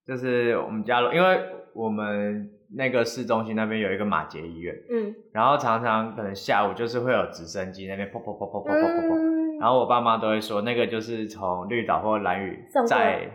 [SPEAKER 3] 就是我们家楼，因为我们那个市中心那边有一个马杰医院。
[SPEAKER 1] 嗯
[SPEAKER 3] 然后常常可能下午就是会有直升机那边砰砰砰砰砰砰砰砰，
[SPEAKER 1] 嗯，
[SPEAKER 3] 哦然后我爸妈都会说那个就是从绿岛或蓝屿
[SPEAKER 1] 送过
[SPEAKER 3] 载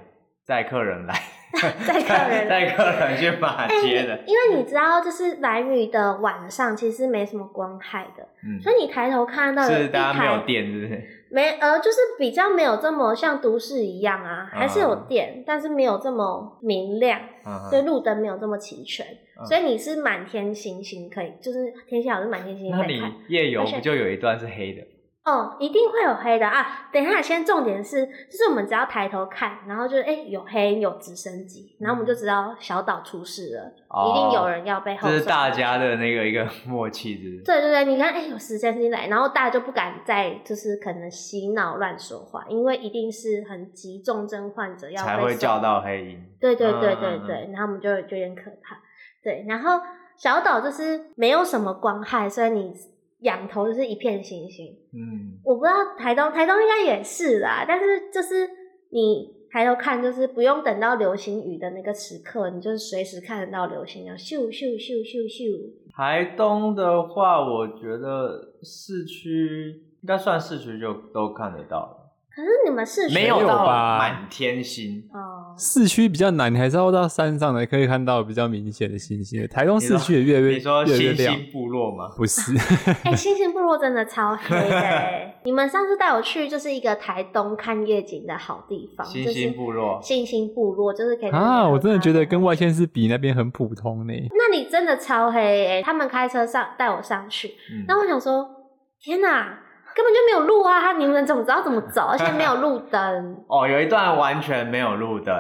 [SPEAKER 3] 载客人来，
[SPEAKER 1] 载客人来
[SPEAKER 3] 载客人去马
[SPEAKER 1] 哎
[SPEAKER 3] 街的，
[SPEAKER 1] 因为你知道，就是蓝雨的晚上其实没什么光害的，
[SPEAKER 3] 嗯，
[SPEAKER 1] 所以你抬头看到有
[SPEAKER 3] 是
[SPEAKER 1] 一
[SPEAKER 3] 大家没有
[SPEAKER 1] 台
[SPEAKER 3] 电，是不是？
[SPEAKER 1] 没呃，就是比较没有这么像都市一样啊，还是有电，但是没有这么明亮，
[SPEAKER 3] 嗯
[SPEAKER 1] 对，路灯没有这么齐全，
[SPEAKER 3] 嗯
[SPEAKER 1] 所以你是满天星星可以，就是天下好像满天星星
[SPEAKER 3] 那
[SPEAKER 1] 可
[SPEAKER 3] 你
[SPEAKER 1] 以看。
[SPEAKER 3] 夜游
[SPEAKER 1] 而且
[SPEAKER 3] 不就有一段是黑的？
[SPEAKER 1] 哦，一定会有黑的啊！等一下，先重点是，就是我们只要抬头看，然后就是哎、有黑有直升机，然后我们就知道小岛出事了，一定有
[SPEAKER 3] 嗯哦
[SPEAKER 1] 人要被后
[SPEAKER 3] 这是
[SPEAKER 1] 送
[SPEAKER 3] 大家的那个一 个默契，是不是？
[SPEAKER 1] 对对对，你看，哎、有时间进来，然后大家就不敢再就是可能洗脑乱说话，因为一定是很急重症患者要被
[SPEAKER 3] 才会
[SPEAKER 1] 送
[SPEAKER 3] 叫。到黑鹰。
[SPEAKER 1] 对对对
[SPEAKER 3] 嗯
[SPEAKER 1] 对
[SPEAKER 3] 嗯嗯
[SPEAKER 1] 对，然后我们就就有点可怕。对，然后小岛就是没有什么光害，所以你仰头就是一片星星。
[SPEAKER 3] 嗯，
[SPEAKER 1] 我不知道台东，台东应该也是啦，但是就是你抬头看，就是不用等到流星雨的那个时刻，你就是随时看得到流星，然后咻咻咻咻咻。
[SPEAKER 3] 台东的话，我觉得市区应该算市区就都看得到了。
[SPEAKER 1] 可是你们是
[SPEAKER 3] 没有
[SPEAKER 2] 没有
[SPEAKER 3] 到
[SPEAKER 2] 吧
[SPEAKER 3] 满天星，
[SPEAKER 1] 哦，哦，
[SPEAKER 2] 市区比较难，你还是要到山上才可以看到比较明显的星星。台东市区也越来越
[SPEAKER 3] 你说
[SPEAKER 2] 越来越
[SPEAKER 3] 新
[SPEAKER 2] 亮，
[SPEAKER 3] 兴部落吗？
[SPEAKER 2] 不是？
[SPEAKER 1] 哎、星星部落真的超黑 的、欸。你们上次带我去就是一个台东看夜景的好地方，
[SPEAKER 3] 新兴部落
[SPEAKER 1] 就是星星部落，就是可以
[SPEAKER 2] 啊，我真的觉得跟
[SPEAKER 1] 我，
[SPEAKER 2] 外县市比，那边很普通呢。
[SPEAKER 1] 那里真的超黑、欸。他们开车上带我上去，
[SPEAKER 3] 嗯
[SPEAKER 1] 那我想说，天哪，根本就没有路啊！你们怎么知道怎么走？而且没有路灯，
[SPEAKER 3] 哦，有一段完全没有路灯，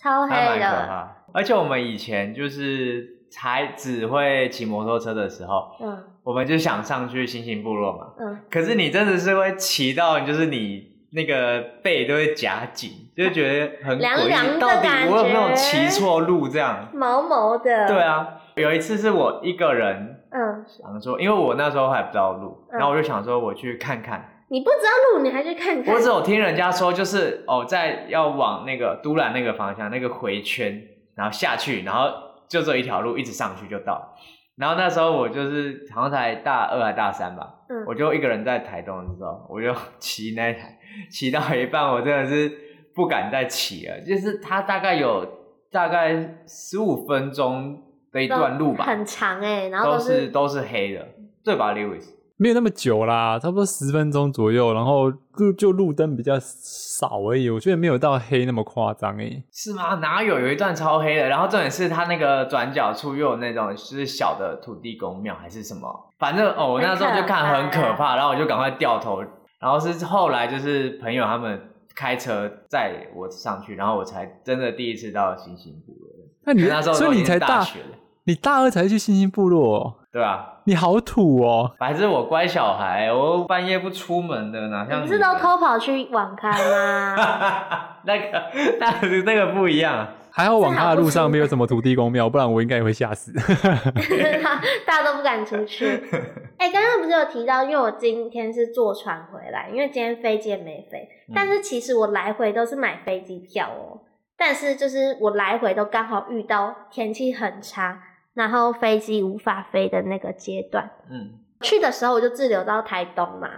[SPEAKER 1] 超
[SPEAKER 3] 还蛮
[SPEAKER 1] 黑啊
[SPEAKER 3] 可
[SPEAKER 1] 的。
[SPEAKER 3] 怕。而且我们以前就是才只会骑摩托车的时候，
[SPEAKER 1] 嗯
[SPEAKER 3] 我们就想上去新兴部落嘛。
[SPEAKER 1] 嗯，
[SPEAKER 3] 可是你真的是会骑到，就是你那个背都会夹紧，就觉得很
[SPEAKER 1] 凉
[SPEAKER 3] 诡异
[SPEAKER 1] 凉的
[SPEAKER 3] 到底我有没有
[SPEAKER 1] 感觉
[SPEAKER 3] 骑错路这样？
[SPEAKER 1] 毛毛的。
[SPEAKER 3] 对，啊，有一次是我一个人
[SPEAKER 1] 嗯，
[SPEAKER 3] 想说，因为我那时候还不知道路，
[SPEAKER 1] 嗯
[SPEAKER 3] 然后我就想说我去看看。
[SPEAKER 1] 你不知道路，你还去看看
[SPEAKER 3] 我。只有听人家说，就是哦，在要往那个都兰那个方向那个回圈，然后下去，然后就只有一条路，一直上去就到了。然后那时候我就是好像才大二还大三吧，
[SPEAKER 1] 嗯
[SPEAKER 3] 我就一个人在台东的时候，我就骑那一台，骑到一半，我真的是不敢再骑了。就是它大概有大概十五分钟的一
[SPEAKER 1] 一
[SPEAKER 3] 段路吧，
[SPEAKER 1] 很长哎、然后都
[SPEAKER 3] 都是都是黑的，对吧，Lewis？
[SPEAKER 2] 没有那么久啦，差不多十分钟左右，然后路就路灯比较少而已，我觉得没有到黑那么夸张欸诶。
[SPEAKER 3] 是吗？哪有有一段超黑的？然后重点是它那个转角处又有那种就是小的土地公庙还是什么，反正哦，我那时候就看很可
[SPEAKER 1] 很可
[SPEAKER 3] 怕，然后我就赶快掉头，然后是后来就是朋友他们开车载我上去，然后我才真的第一次到星星部落。
[SPEAKER 2] 那你
[SPEAKER 3] 那时候
[SPEAKER 2] 所以你
[SPEAKER 3] 已经
[SPEAKER 2] 才
[SPEAKER 3] 大
[SPEAKER 2] 大
[SPEAKER 3] 学，了，
[SPEAKER 2] 你大二才去星星部落、哦，
[SPEAKER 3] 对吧？
[SPEAKER 2] 你好土哦。
[SPEAKER 3] 反正我乖小孩，我半夜不出门的，哪像
[SPEAKER 1] 你不
[SPEAKER 3] 你
[SPEAKER 1] 是都
[SPEAKER 3] 们？
[SPEAKER 1] 偷跑去网咖吗？
[SPEAKER 3] 那个、那个、那个不一样啊。
[SPEAKER 2] 还好往他的路上没有什么土地公庙，不然我应该也会吓 死。
[SPEAKER 1] 大家都不敢出去。哎、刚刚不是有提到，因为我今天是坐船回来，因为今天飞机也没飞，
[SPEAKER 3] 嗯
[SPEAKER 1] 但是其实我来回都是买飞机票哦。但是就是我来回都刚好遇到天气很差，然后飞机无法飞的那个阶段。
[SPEAKER 3] 嗯，
[SPEAKER 1] 去的时候我就滞留到台东嘛，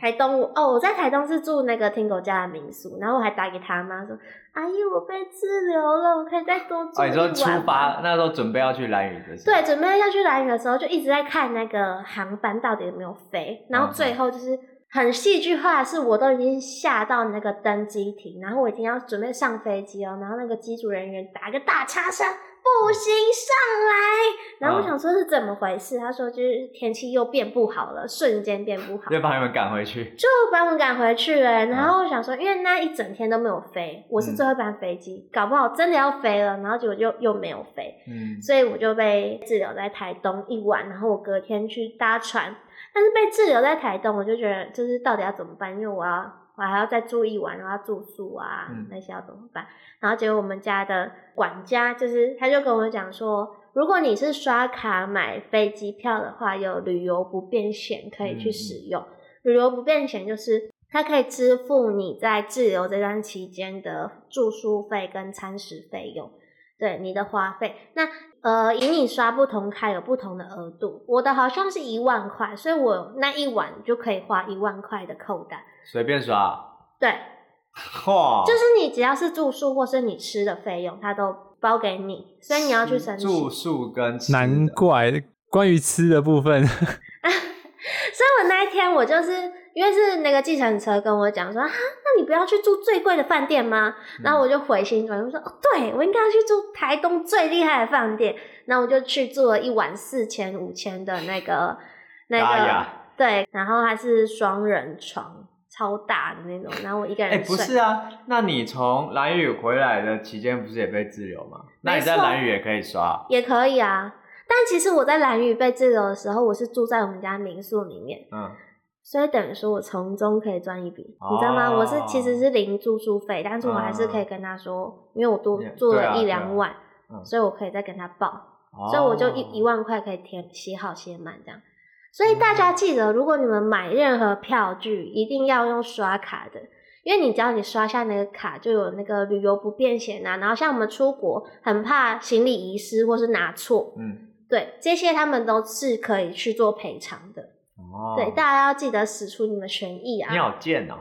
[SPEAKER 1] 台东我哦我在台东是住那个听狗家的民宿，然后我还打给他妈说：“阿姨，我被滞留了，我可以再多住
[SPEAKER 3] 哦，
[SPEAKER 1] 一
[SPEAKER 3] 你
[SPEAKER 1] 晚。”
[SPEAKER 3] 说出发那时候准备要去兰屿的时候，
[SPEAKER 1] 对，准备要去兰屿的时候，就一直在看那个航班到底有没有飞，然后最后就是很戏剧化的是，我都已经下到那个登机亭，然后我已经要准备上飞机哦，然后那个机组人员打个大叉叉，不行，上来！然后我想说是怎么回事，他说就是天气又变不好了，瞬间变不好，
[SPEAKER 3] 就把你们赶回去。
[SPEAKER 1] 就把我们赶回去了、欸然后我想说，因为那一整天都没有飞，我是
[SPEAKER 3] 嗯
[SPEAKER 1] 最后一班飞机，搞不好真的要飞了，然后结果就又没有飞。
[SPEAKER 3] 嗯，
[SPEAKER 1] 所以我就被滞留在台东一晚，然后我隔天去搭船，但是被滞留在台东，我就觉得就是到底要怎么办？因为我要我还要再住一晚，然后要住宿啊、
[SPEAKER 3] 嗯
[SPEAKER 1] 那些要怎么办？然后结果我们家的管家就是他就跟我讲说，如果你是刷卡买飞机票的话，有旅游不便险可以去使用。旅游不便险就是它可以支付你在滞留这段期间的住宿费跟餐食费用。对你的花费。那呃，以你刷不同卡有不同的额度，我的好像是一万块，所以我那一晚就可以花一万块的扣单。
[SPEAKER 3] 随便刷，
[SPEAKER 1] 对，
[SPEAKER 3] 哇，
[SPEAKER 1] 就是你只要是住宿或是你吃的费用，它都包给你，所以你要去申请。
[SPEAKER 3] 住宿跟吃的
[SPEAKER 2] 难怪关于吃的部分，
[SPEAKER 1] 所以我那一天我就是因为是那个计程车跟我讲说啊，那你不要去住最贵的饭店吗？
[SPEAKER 3] 嗯
[SPEAKER 1] 然后我就回心转意，我说哦，对我应该要去住台东最厉害的饭店。然后我就去住了一晚四千五千的那个那
[SPEAKER 3] 哎
[SPEAKER 1] 个
[SPEAKER 3] 呀，
[SPEAKER 1] 对，然后它是双人床，超大的那种，然后我一个
[SPEAKER 3] 哎，
[SPEAKER 1] 人
[SPEAKER 3] 不
[SPEAKER 1] 睡。
[SPEAKER 3] 是啊，那你从兰屿回来的期间不是也被滞留吗？那你在
[SPEAKER 1] 没错
[SPEAKER 3] 兰屿也可以刷，
[SPEAKER 1] 也可以啊。但其实我在兰屿被滞留的时候，我是住在我们家民宿里面，
[SPEAKER 3] 嗯，
[SPEAKER 1] 所以等于说我从中可以赚一笔，你知道吗？
[SPEAKER 3] 哦
[SPEAKER 1] 我是其实是零住宿费，但是我还是可以跟他说，因为我多
[SPEAKER 3] 嗯
[SPEAKER 1] 住
[SPEAKER 3] 对啊
[SPEAKER 1] 了一
[SPEAKER 3] 对啊
[SPEAKER 1] 两晚，
[SPEAKER 3] 嗯哦
[SPEAKER 1] 所以我可以再跟他报，所
[SPEAKER 3] 所
[SPEAKER 1] 以我就一一万块可以填写好写满这样。所以大
[SPEAKER 3] 嗯
[SPEAKER 1] 家记得，如果你们买任何票据，一定要用刷卡的，因为你只要你刷下那个卡，就有那个旅游不便险啊。然后像我们出国，很怕行李遗失或是拿错，
[SPEAKER 3] 嗯，
[SPEAKER 1] 对这些他们都是可以去做赔偿的。
[SPEAKER 3] 哦，
[SPEAKER 1] 对，大家要记得使出你们权益
[SPEAKER 3] 你
[SPEAKER 1] 啊！
[SPEAKER 3] 好贱哦，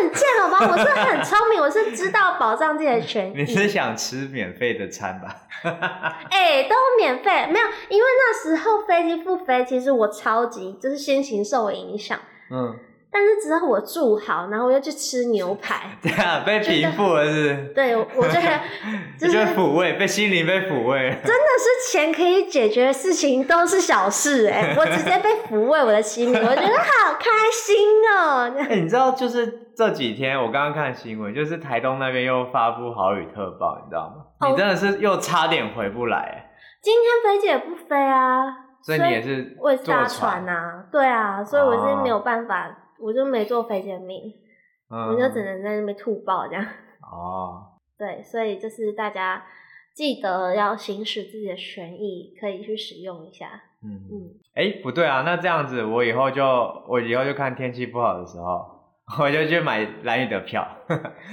[SPEAKER 1] 很贱好吧？我是很聪明，我是知道保障自 己的权
[SPEAKER 3] 你
[SPEAKER 1] 益。
[SPEAKER 3] 是想吃免费的餐吧？
[SPEAKER 1] 哎、都免费，没有，因为那时候飞机不飞，其实我超级就是心情受影响。
[SPEAKER 3] 嗯，
[SPEAKER 1] 但是只要我住好，然后我又去吃牛排，
[SPEAKER 3] 对啊，被平复了是
[SPEAKER 1] 对我觉 得
[SPEAKER 3] 不？
[SPEAKER 1] 就是
[SPEAKER 3] 就是抚慰，被心灵被抚慰了。
[SPEAKER 1] 真的是钱可以解决的事情都是小事哎、我直接被抚慰我的心灵，我觉得好开心哦、
[SPEAKER 3] 哎、你知道，就是这几天我刚刚看新闻，就是台东那边又发布豪雨特报，你知道吗？
[SPEAKER 1] 哦
[SPEAKER 3] 你真的是又差点回不来，
[SPEAKER 1] 今天飞机也不飞啊，
[SPEAKER 3] 所以你也是
[SPEAKER 1] 我也是
[SPEAKER 3] 坐
[SPEAKER 1] 搭船呐、
[SPEAKER 3] 啊，
[SPEAKER 1] 啊，对啊，所以我是
[SPEAKER 3] 哦
[SPEAKER 1] 没有办法，我就没坐飞机的命，
[SPEAKER 3] 嗯
[SPEAKER 1] 我就只能在那边吐爆这样。
[SPEAKER 3] 哦，
[SPEAKER 1] 对，所以就是大家记得要行使自己的权益，可以去使用一下。
[SPEAKER 3] 嗯，
[SPEAKER 1] 嗯，
[SPEAKER 3] 哎、不对啊，那这样子，我以后就我以后就看天气不好的时候，我就去买蓝雨的票，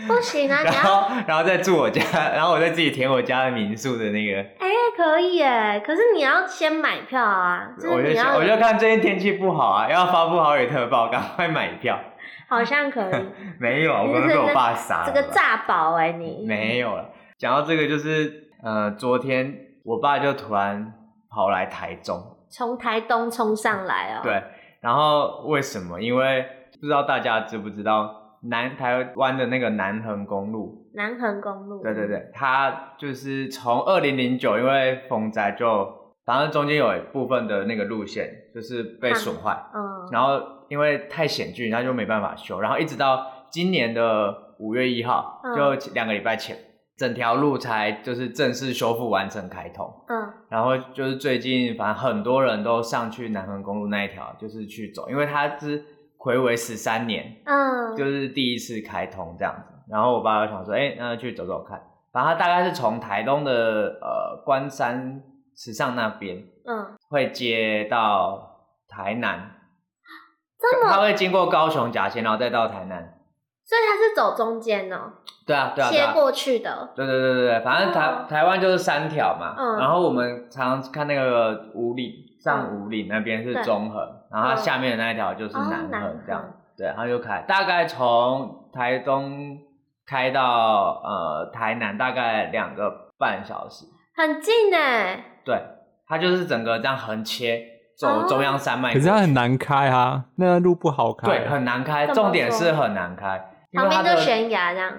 [SPEAKER 1] 不行啊啊，你
[SPEAKER 3] 然
[SPEAKER 1] 要
[SPEAKER 3] 后然后再住我家，然后我再自己填我家的民宿的那个，
[SPEAKER 1] 哎、可以耶，可是你要先买票啊，就
[SPEAKER 3] 我
[SPEAKER 1] 是
[SPEAKER 3] 就
[SPEAKER 1] 你
[SPEAKER 3] 想
[SPEAKER 1] 要
[SPEAKER 3] 我就看最近天气不好啊，要发布豪雨特报，赶快买票。
[SPEAKER 1] 好像可 以
[SPEAKER 3] 没有，啊我刚刚被我爸杀了
[SPEAKER 1] 这
[SPEAKER 3] 吧。
[SPEAKER 1] 个诈保哎、你
[SPEAKER 3] 没有了。讲到这个，就是呃，昨天我爸就突然跑来台中，
[SPEAKER 1] 从台东冲上来哦、，
[SPEAKER 3] 对，然后为什么？因为不知道大家知不知道，南台湾的那个南横公路，
[SPEAKER 1] 南横公路，
[SPEAKER 3] 对对，对，它就是从二零零九因为风灾就，反正中间有一部分的那个路线就是被损坏，
[SPEAKER 1] 嗯，
[SPEAKER 3] 然后因为太险峻，他就没办法修，然后一直到今年的五月一号，
[SPEAKER 1] 嗯
[SPEAKER 3] 就两个礼拜前，整条路才就是正式修复完成开通。
[SPEAKER 1] 嗯，
[SPEAKER 3] 然后就是最近，反正很多人都上去南横公路那一条，就是去走，因为它是暌违十三年，
[SPEAKER 1] 嗯，
[SPEAKER 3] 就是第一次开通这样子。然后我爸就想说，哎、那去走走看。反正他大概是从台东的呃关山池上那边，
[SPEAKER 1] 嗯，
[SPEAKER 3] 会接到台南，
[SPEAKER 1] 这么
[SPEAKER 3] 他会经过高雄甲线，然后再到台南。
[SPEAKER 1] 所以它是走中间哦、
[SPEAKER 3] 对啊，对啊，对
[SPEAKER 1] 切
[SPEAKER 3] 啊。
[SPEAKER 1] 过去的，
[SPEAKER 3] 对对对对对，反正台、
[SPEAKER 1] 哦
[SPEAKER 3] 台湾就是三条嘛，
[SPEAKER 1] 嗯
[SPEAKER 3] 然后我们常常看那个五里上五里那边是
[SPEAKER 1] 对
[SPEAKER 3] 中横，然后它下面的那一条就是
[SPEAKER 1] 哦
[SPEAKER 3] 南
[SPEAKER 1] 南
[SPEAKER 3] 横这样，
[SPEAKER 1] 横
[SPEAKER 3] 对，然后就开大概从台东开到呃台南大概两个半小时，
[SPEAKER 1] 很近哎、
[SPEAKER 3] 对，它就是整个这样横切走
[SPEAKER 1] 哦
[SPEAKER 3] 中央山脉
[SPEAKER 2] 可
[SPEAKER 3] 过
[SPEAKER 2] 是
[SPEAKER 3] 去，
[SPEAKER 2] 它很难开啊，那路不好开。
[SPEAKER 3] 对，很难开，
[SPEAKER 1] 怎么
[SPEAKER 3] 重点
[SPEAKER 1] 说
[SPEAKER 3] 是很难开，因
[SPEAKER 1] 旁
[SPEAKER 3] 为它
[SPEAKER 1] 边
[SPEAKER 3] 的
[SPEAKER 1] 就悬崖这样，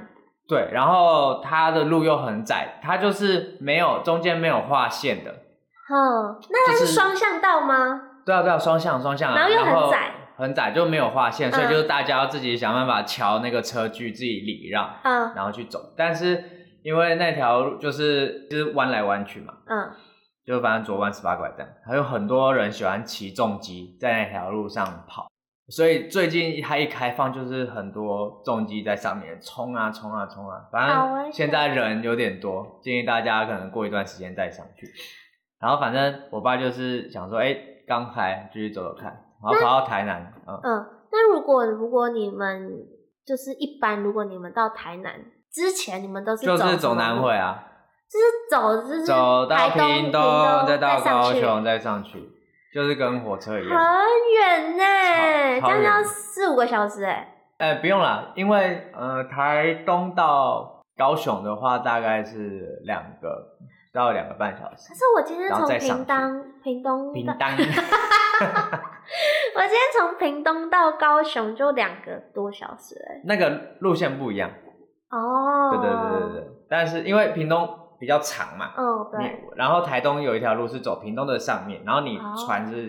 [SPEAKER 3] 对，然后它的路又很窄，它就是没有中间没有划线的。
[SPEAKER 1] 哼，哦那它
[SPEAKER 3] 就是是
[SPEAKER 1] 双向道吗？
[SPEAKER 3] 对啊，对啊，双向双向啊，
[SPEAKER 1] 然后又很窄，
[SPEAKER 3] 很窄就没有划线，所以
[SPEAKER 1] 嗯
[SPEAKER 3] 就是大家要自己想办法瞧那个车距，自己礼让，
[SPEAKER 1] 嗯
[SPEAKER 3] 然后去走。但是因为那条路就是就是弯来弯去嘛，
[SPEAKER 1] 嗯，
[SPEAKER 3] 就反正左弯十八拐这样，还有很多人喜欢骑重机在那条路上跑，所以最近它一开放，就是很多重机在上面冲啊冲啊冲啊，反
[SPEAKER 1] 好危
[SPEAKER 3] 正
[SPEAKER 1] 险
[SPEAKER 3] 现在人有点多，建议大家可能过一段时间再上去。然后反正我爸就是想说，哎、刚开继续走走看，然后跑到台南，嗯，
[SPEAKER 1] 嗯，那如果如果你们就是一般，如果你们到台南之前，你们都是
[SPEAKER 3] 就
[SPEAKER 1] 什么
[SPEAKER 3] 是走南
[SPEAKER 1] 路
[SPEAKER 3] 回，啊，
[SPEAKER 1] 就是走就是
[SPEAKER 3] 走到
[SPEAKER 1] 台东
[SPEAKER 3] 屏
[SPEAKER 1] 东，
[SPEAKER 3] 再到
[SPEAKER 1] 上
[SPEAKER 3] 高
[SPEAKER 1] 去
[SPEAKER 3] 雄，再上去，就是跟火车一
[SPEAKER 1] 很
[SPEAKER 3] 样。
[SPEAKER 1] 远呢，
[SPEAKER 3] 超
[SPEAKER 1] 这样
[SPEAKER 3] 远
[SPEAKER 1] 要四五个小时哎，
[SPEAKER 3] 哎，不用啦，因为呃，台东到高雄的话，大概是两个到两个半小时
[SPEAKER 1] 可。是我今天
[SPEAKER 3] 然后
[SPEAKER 1] 从
[SPEAKER 3] 再上
[SPEAKER 1] 屏东屏东
[SPEAKER 3] 平
[SPEAKER 1] 到，
[SPEAKER 3] 单，
[SPEAKER 1] 我今天从屏东到高雄就两个多小时哎，
[SPEAKER 3] 那个路线不一样。
[SPEAKER 1] 哦，
[SPEAKER 3] 对对对对对，但是因为屏东比较长嘛，
[SPEAKER 1] 哦对
[SPEAKER 3] 你然后台东有一条路是走屏东的上面，然后你
[SPEAKER 1] 哦
[SPEAKER 3] 船是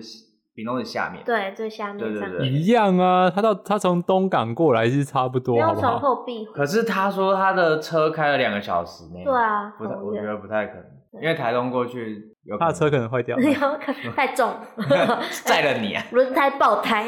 [SPEAKER 3] 屏东的下面。
[SPEAKER 1] 对，最下面
[SPEAKER 3] 对对
[SPEAKER 1] 这样
[SPEAKER 3] 对
[SPEAKER 2] 一样啊，他到他从东港过来是差不
[SPEAKER 1] 不
[SPEAKER 2] 多，好
[SPEAKER 1] 用
[SPEAKER 2] 不
[SPEAKER 1] 从
[SPEAKER 2] 好？
[SPEAKER 1] 后壁，
[SPEAKER 3] 可是他说他的车开了两个小时呢。
[SPEAKER 1] 对，啊，
[SPEAKER 3] 嗯不太，
[SPEAKER 1] 好
[SPEAKER 3] 我觉
[SPEAKER 1] 远，
[SPEAKER 3] 得不太可能，
[SPEAKER 1] 对
[SPEAKER 3] 因为台东过去有
[SPEAKER 2] 他的
[SPEAKER 3] 可能
[SPEAKER 2] 车可能坏掉了。
[SPEAKER 1] 有可能太重，
[SPEAKER 3] 载了你啊。
[SPEAKER 1] 轮胎爆 胎，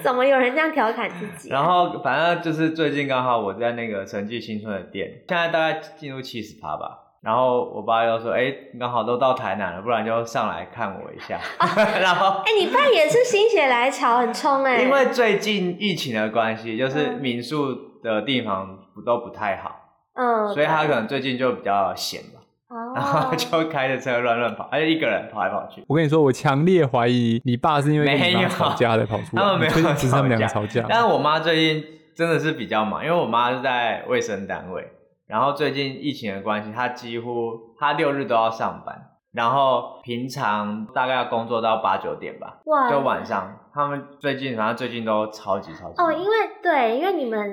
[SPEAKER 1] 怎么有人这样调侃自己？啊
[SPEAKER 3] 然后反正就是最近刚好我在那个神迹新村的店，现在大概进入七十趴吧。然后我爸又说：“哎，刚好都到台南了，不然就上来看我一下。 然后
[SPEAKER 1] 哎、你爸也是心血来潮，很冲哎、
[SPEAKER 3] 因为最近疫情的关系，就是
[SPEAKER 1] 嗯
[SPEAKER 3] 民宿的地方不都不太好，
[SPEAKER 1] 嗯，
[SPEAKER 3] 所以他可能最近就比较闲吧。
[SPEAKER 1] 对哦，
[SPEAKER 3] 然后就开着车乱乱跑，而且一个人跑来跑去。
[SPEAKER 2] 我跟你说，我强烈怀疑你爸是因为跟你
[SPEAKER 3] 没
[SPEAKER 2] 妈
[SPEAKER 3] 有
[SPEAKER 2] 吵架才跑出来，
[SPEAKER 3] 他们没有
[SPEAKER 2] 确定只是他们两个
[SPEAKER 3] 吵
[SPEAKER 2] 吵架。
[SPEAKER 3] 但是我妈最近真的是比较忙，因为我妈是在卫生单位，然后最近疫情的关系，她几乎她六日都要上班，然后平常大概要工作到八九点吧，
[SPEAKER 1] 哇，
[SPEAKER 3] 就晚上。他们最近反正最近都超级超级忙
[SPEAKER 1] 哦，因为对，因为你们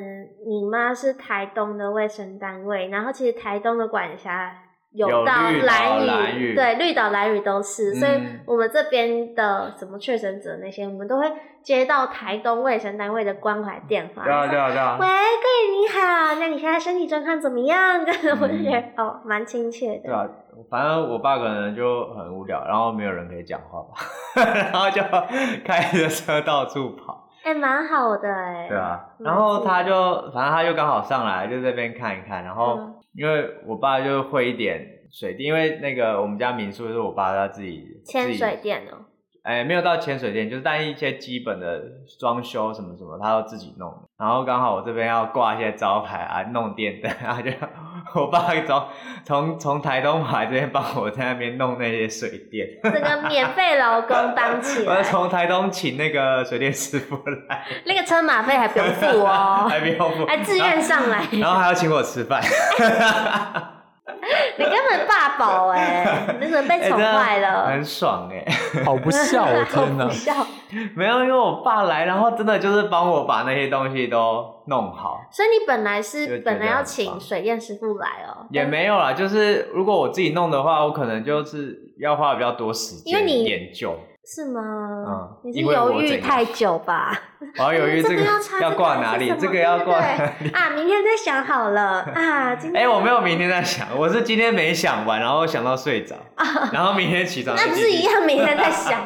[SPEAKER 1] 你妈是台东的卫生单位，然后其实台东的管辖有
[SPEAKER 3] 有
[SPEAKER 1] 到
[SPEAKER 3] 绿岛
[SPEAKER 1] 蓝屿，
[SPEAKER 3] 兰屿
[SPEAKER 1] 对，绿岛、蓝屿都是，所以
[SPEAKER 3] 嗯
[SPEAKER 1] 我们这边的什么确诊者那些，我们都会接到台东卫生单位的关怀电话。
[SPEAKER 3] 对啊对啊对
[SPEAKER 1] 喂，
[SPEAKER 3] 啊，
[SPEAKER 1] 各位你好，那你现在身体状况怎么样？ 我就觉得、哦，蛮亲切
[SPEAKER 3] 嗯对
[SPEAKER 1] 的。
[SPEAKER 3] 啊，反正我爸可能就很无聊，然后没有人可以讲话吧， 然后就开着车到处跑。
[SPEAKER 1] 哎、蛮好的哎、
[SPEAKER 3] 对啊，
[SPEAKER 1] 嗯
[SPEAKER 3] 然后他就反正他就刚好上来，就这边看一看。然后
[SPEAKER 1] 嗯
[SPEAKER 3] 因为我爸就会一点水电，因为那个我们家民宿是我爸他自己
[SPEAKER 1] 潜水，
[SPEAKER 3] 自己
[SPEAKER 1] 店哦、
[SPEAKER 3] 哎，没有到潜水店，就是但一些基本的装修什么什么，他都自己弄。然后刚好我这边要挂一些招牌啊，弄电灯啊，就我爸从从从台东跑来这边帮我在那边弄那些水电，
[SPEAKER 1] 这个免费劳工当起
[SPEAKER 3] 我
[SPEAKER 1] 来
[SPEAKER 3] 要，从台东请那个水电师傅 来，
[SPEAKER 1] 那个车马费还不用付哦、
[SPEAKER 3] 还不用付，
[SPEAKER 1] 还自愿上来，
[SPEAKER 3] 然后还要请我吃饭，
[SPEAKER 1] 你根本霸 宝哎、你怎么被
[SPEAKER 3] 哎
[SPEAKER 1] 宠
[SPEAKER 3] 真的
[SPEAKER 1] 坏了？
[SPEAKER 3] 很啊爽哎、
[SPEAKER 2] 好不孝哦， 天哪
[SPEAKER 1] 不！孝
[SPEAKER 3] 没有，因为我爸来，然后真的就是帮我把那些东西都弄好，
[SPEAKER 1] 所以你本来
[SPEAKER 3] 就觉
[SPEAKER 1] 是
[SPEAKER 3] 得
[SPEAKER 1] 本来要
[SPEAKER 3] 很
[SPEAKER 1] 请
[SPEAKER 3] 棒
[SPEAKER 1] 水电师傅来哦、
[SPEAKER 3] 也没有啦。就是如果我自己弄的话，我可能就是要花比较多时间
[SPEAKER 1] 因为你
[SPEAKER 3] 研究，
[SPEAKER 1] 是吗
[SPEAKER 3] 嗯？
[SPEAKER 1] 你是
[SPEAKER 3] 因为我
[SPEAKER 1] 犹豫
[SPEAKER 3] 怎样
[SPEAKER 1] 太久吧？
[SPEAKER 3] 我要犹豫
[SPEAKER 1] 哎这
[SPEAKER 3] 这
[SPEAKER 1] 个
[SPEAKER 3] 个
[SPEAKER 1] 要插
[SPEAKER 3] 要
[SPEAKER 1] 这个
[SPEAKER 3] 挂
[SPEAKER 1] 是
[SPEAKER 3] 哪里
[SPEAKER 1] 什，么
[SPEAKER 3] 这个要挂
[SPEAKER 1] 对对
[SPEAKER 3] 哪里。
[SPEAKER 1] 啊，明天再想好 了啊。今
[SPEAKER 3] 哎、
[SPEAKER 1] 天
[SPEAKER 3] 我没有明天在想，我是今天没想完，然后想到睡着，然后明天起床。
[SPEAKER 1] 啊那不是一？样，明天再 想。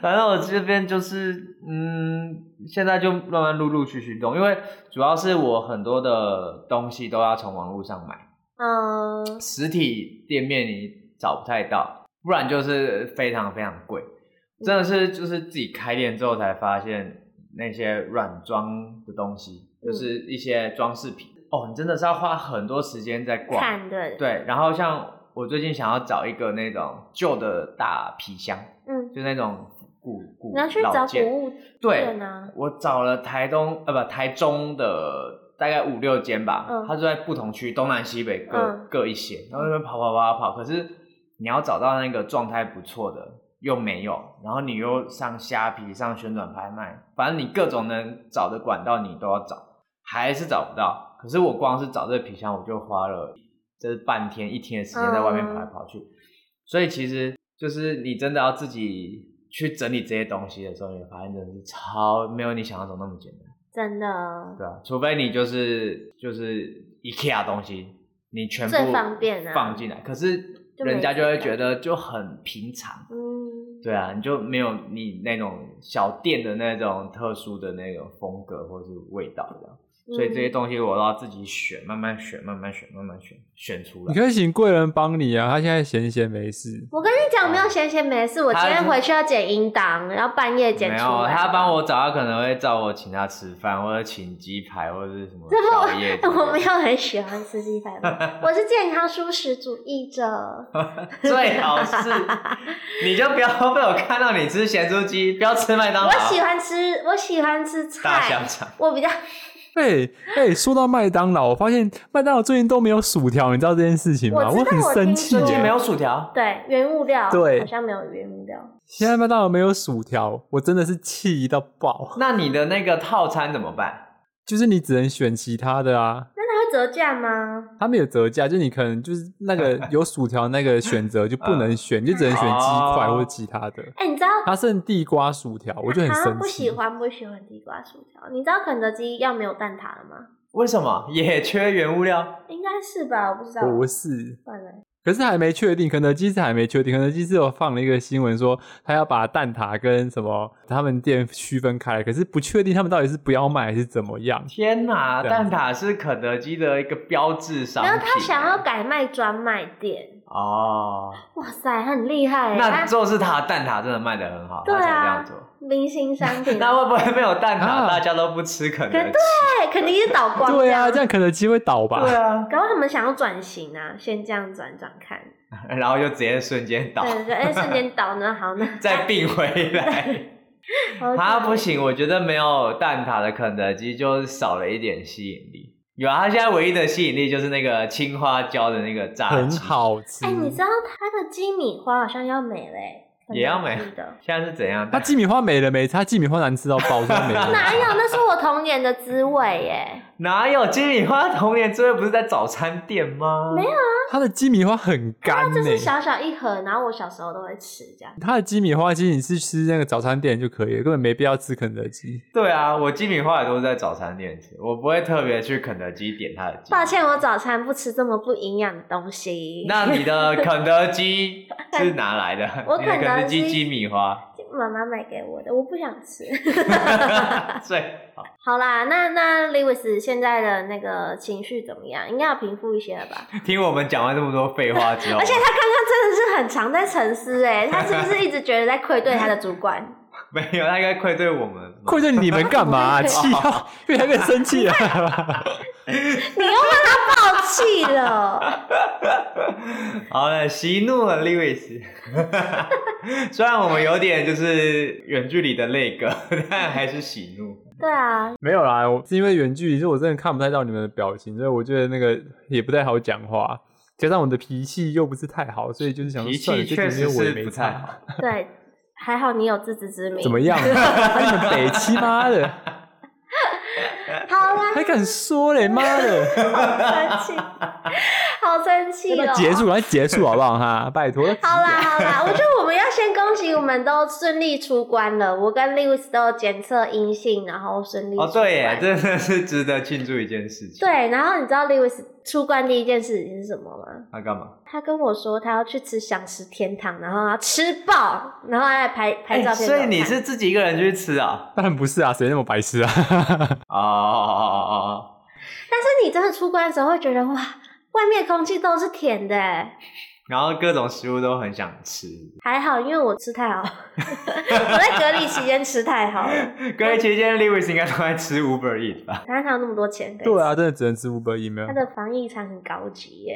[SPEAKER 3] 反正我这边就是，嗯，现在就慢慢陆陆续续动，因为主要是我很多的东西都要从网络上买。
[SPEAKER 1] 嗯，
[SPEAKER 3] 实体店面你找不太到，不然就是非常非常贵。
[SPEAKER 1] 嗯
[SPEAKER 3] 真的是就是自己开店之后才发现那些软装的东西，
[SPEAKER 1] 嗯
[SPEAKER 3] 就是一些装饰品哦，你真的是要花很多时间在逛。
[SPEAKER 1] 看对，
[SPEAKER 3] 对，然后像我最近想要找一个那种旧的大皮箱，
[SPEAKER 1] 嗯，
[SPEAKER 3] 就那种古古
[SPEAKER 1] 你要去
[SPEAKER 3] 老
[SPEAKER 1] 找
[SPEAKER 3] 件
[SPEAKER 1] 古物
[SPEAKER 3] 对
[SPEAKER 1] 店，啊。
[SPEAKER 3] 我找了台东呃不台中的大概五六间吧，
[SPEAKER 1] 嗯
[SPEAKER 3] 它就在不同区东南西北各、
[SPEAKER 1] 嗯
[SPEAKER 3] 各一些，然后那边跑跑跑跑，可是你要找到那个状态不错的又没有，然后你又上虾皮上旋转拍卖，反正你各种能找的管道你都要找，还是找不到。可是我光是找这个皮箱，我就花了这半天一天的时间在外面跑
[SPEAKER 1] 嗯
[SPEAKER 3] 来跑去，所以其实就是你真的要自己去整理这些东西的时候，你会发现真的是超没有你想象中那么简单，
[SPEAKER 1] 真的
[SPEAKER 3] 对啊，除非你就是就是 IKEA 东西，你全部
[SPEAKER 1] 最方便啊
[SPEAKER 3] 放进来，可是
[SPEAKER 1] 就没
[SPEAKER 3] 人家就会
[SPEAKER 1] 质
[SPEAKER 3] 觉
[SPEAKER 1] 感
[SPEAKER 3] 得就很平常，
[SPEAKER 1] 嗯，
[SPEAKER 3] 对啊，你就没有你那种小店的那种特殊的那种风格或是味道这样，所以这些
[SPEAKER 1] 嗯
[SPEAKER 3] 东西我都要自己选，慢慢选，慢慢选，慢慢选，选出
[SPEAKER 2] 你
[SPEAKER 3] 来。
[SPEAKER 2] 可以请贵人帮你啊，他现在闲闲没事。
[SPEAKER 1] 我跟你讲，没有闲闲没事，我今
[SPEAKER 3] 他
[SPEAKER 1] 天
[SPEAKER 3] 是
[SPEAKER 1] 回去要剪音档，然后半夜剪
[SPEAKER 3] 没
[SPEAKER 1] 出
[SPEAKER 3] 有，
[SPEAKER 1] 来。
[SPEAKER 3] 他帮我找，他可能会叫我请他吃饭，或者请鸡排，或者是什么
[SPEAKER 1] 这不
[SPEAKER 3] 宵夜之类的。
[SPEAKER 1] 我没有很喜欢吃鸡排饭，我是健康素食主义者。
[SPEAKER 3] 最好是 你就不要被我看到你吃咸猪鸡，不要吃麦当劳。
[SPEAKER 1] 我喜欢吃，我喜欢吃
[SPEAKER 3] 大香
[SPEAKER 1] 菜，
[SPEAKER 3] 肠，
[SPEAKER 1] 我比较
[SPEAKER 2] 哎哎，说到麦当劳，我发现麦当劳最近都没有薯条，你知道这件事情吗？
[SPEAKER 1] 我知道
[SPEAKER 2] 很
[SPEAKER 1] 我
[SPEAKER 2] 生
[SPEAKER 1] 听
[SPEAKER 2] 气
[SPEAKER 1] 说
[SPEAKER 3] 最
[SPEAKER 2] 耶。
[SPEAKER 3] 近没有薯条，
[SPEAKER 1] 对原物料，
[SPEAKER 2] 对
[SPEAKER 1] 好像没有原物料。
[SPEAKER 2] 现在麦当劳没有薯条，我真的是气到爆。
[SPEAKER 3] 那你的那个套餐怎么办？
[SPEAKER 2] 就是你只能选其他的啊，
[SPEAKER 1] 那它会折价吗？
[SPEAKER 2] 他们有折价，就你可能就是 那个有薯条那个选择就不
[SPEAKER 1] 嗯
[SPEAKER 2] 能选，就只能选鸡块
[SPEAKER 3] 哦
[SPEAKER 2] 或者其他的。
[SPEAKER 1] 哎、你知道，
[SPEAKER 2] 它剩地瓜薯条，我就很
[SPEAKER 1] 啊
[SPEAKER 2] 生
[SPEAKER 1] 不喜
[SPEAKER 2] 气。
[SPEAKER 1] 欢不喜欢地瓜薯条。你知道肯德基要没有蛋挞了吗？
[SPEAKER 3] 为什么也缺原物料？
[SPEAKER 1] 应该是吧，我不知道。
[SPEAKER 2] 不是，
[SPEAKER 1] 算了，
[SPEAKER 2] 可是还没确定，肯德基是还没确定。肯德基是有放了一个新闻说，他要把蛋挞跟什么他们店区分开来，可是不确定他们到底是不要卖还是怎么样。
[SPEAKER 3] 天哪，
[SPEAKER 2] 对啊
[SPEAKER 3] 蛋挞是肯德基的一个标志商
[SPEAKER 1] 然
[SPEAKER 3] 品。
[SPEAKER 1] 后他想要改卖专卖店，
[SPEAKER 3] 哦，
[SPEAKER 1] 哇塞，很厉害耶！
[SPEAKER 3] 那
[SPEAKER 1] 啊
[SPEAKER 3] 宙斯塔蛋挞真的卖的很好，他
[SPEAKER 1] 对
[SPEAKER 3] 才这
[SPEAKER 1] 啊
[SPEAKER 3] 样做。
[SPEAKER 1] 明星商 品，
[SPEAKER 3] 那会不会没有蛋挞，
[SPEAKER 2] 啊
[SPEAKER 3] 大家都不吃肯德
[SPEAKER 1] 肯
[SPEAKER 3] 基？
[SPEAKER 1] 对，哎肯定是倒光
[SPEAKER 2] 对啊，
[SPEAKER 1] 样。
[SPEAKER 2] 这样肯德基会倒吧？
[SPEAKER 3] 对啊，
[SPEAKER 1] 搞不好他们想要转型啊，先这样转转看，
[SPEAKER 3] 然后就直接瞬间倒
[SPEAKER 1] 对，对对，哎，瞬间倒呢，好 呢，
[SPEAKER 3] 再并 回来。
[SPEAKER 1] 好
[SPEAKER 3] 啊，不行，我觉得没有蛋挞的肯德基就少了一点吸引力。有啊，它现在唯一的吸引力就是那个青花椒的那个炸
[SPEAKER 2] 很
[SPEAKER 3] 鸡，
[SPEAKER 2] 好吃。
[SPEAKER 1] 啊哎、你知道它的鸡米花好像要没嘞、肯
[SPEAKER 3] 也要
[SPEAKER 1] 德
[SPEAKER 3] 没
[SPEAKER 1] 基的。
[SPEAKER 3] 现在是怎样？
[SPEAKER 2] 它鸡米花没了没，它鸡米花难吃到爆，它没了。
[SPEAKER 1] 哪有？那是我童年的滋味耶！
[SPEAKER 3] 哪有鸡米花童年之味不是在早餐店吗？
[SPEAKER 1] 没有
[SPEAKER 2] 它的鸡米花很干呢、
[SPEAKER 1] 就是小小一盒，然后我小时候都会吃这样。
[SPEAKER 2] 它的鸡米花其实你是吃那个早餐店就可以了，根本没必要吃肯 德基。
[SPEAKER 3] 对啊，我鸡米花也都是在早餐店吃，我不会特别去肯德基点它的鸡。
[SPEAKER 1] 抱歉，我早餐不吃这么不营养的东西。
[SPEAKER 3] 那你的肯德 基是哪来的？
[SPEAKER 1] 我
[SPEAKER 3] 你的
[SPEAKER 1] 肯德基
[SPEAKER 3] 肯德基鸡 米花
[SPEAKER 1] 妈妈买给我的，我不想吃。
[SPEAKER 3] 最好。
[SPEAKER 1] 好啦，那那 Lewis 现在的那个情绪怎么样？应该要平复一些了吧？
[SPEAKER 3] 听我们讲完这么多废话之后，
[SPEAKER 1] 而且他刚刚真的是很常在沉思，哎，他是不是一直觉得在愧对他的主 管？
[SPEAKER 3] 没有，他应该愧对我们。
[SPEAKER 2] 愧对你们干嘛、
[SPEAKER 1] 他怎
[SPEAKER 2] 气到越来越生气了。
[SPEAKER 1] 你又让他爆气了。
[SPEAKER 3] 好了，息怒了，Lewis。虽然我们有点就是远距离的那个，但还是喜怒。
[SPEAKER 1] 对啊，
[SPEAKER 2] 没有啦，我是因为远距离，所以我真的看不太到你们的表情，所以我觉得那个也不太好讲话。加上我的脾气又不是太好，所以就是想说
[SPEAKER 3] 脾
[SPEAKER 2] 算了，
[SPEAKER 3] 气
[SPEAKER 2] 这
[SPEAKER 3] 确
[SPEAKER 2] 几
[SPEAKER 3] 实
[SPEAKER 2] 天我也
[SPEAKER 3] 是
[SPEAKER 2] 没
[SPEAKER 3] 不
[SPEAKER 2] 差
[SPEAKER 3] 太好。
[SPEAKER 1] 对，还好你有自知之明。
[SPEAKER 2] 怎么 样？你们北七妈的，
[SPEAKER 1] 好啦，
[SPEAKER 2] 还敢说嘞，妈的！
[SPEAKER 1] 好生气， 好生气
[SPEAKER 2] 要不
[SPEAKER 1] 哦！
[SPEAKER 2] 要结束，赶快结束好不好哈？拜托，
[SPEAKER 1] 好啦好啦，我觉得我们要先恭喜我们都顺利出关了。我跟 Lewis 都有检测阴性，然后顺利
[SPEAKER 3] 哦，
[SPEAKER 1] 出
[SPEAKER 3] 对耶
[SPEAKER 1] 关，
[SPEAKER 3] 真的是值得庆祝一件事情。，
[SPEAKER 1] 对，然后你知道 Lewis 出关第一件事情是什么吗？
[SPEAKER 3] 那干嘛？
[SPEAKER 1] 他跟我说他要去吃享食天堂，然后要吃爆，然后来拍拍照
[SPEAKER 3] 哎
[SPEAKER 1] 片、
[SPEAKER 3] 所以你是自己一个人去吃啊？
[SPEAKER 2] 当然不是啊，谁那么白痴啊？
[SPEAKER 3] 哦哦哦哦哦，
[SPEAKER 1] 但是你真的出关的时候会觉得哇，外面空气都是甜的耶，欸
[SPEAKER 3] 然后各种食物都很想吃。
[SPEAKER 1] 还好，因为我吃太好， 我在隔离期间吃太好了，
[SPEAKER 3] 隔离期间，Lewis 应该都在吃 Uber Eat 吧？
[SPEAKER 1] 哪有那么多钱可以吃？
[SPEAKER 2] 对啊，真的只能吃五百一没有
[SPEAKER 1] 他。的防疫餐很高级耶。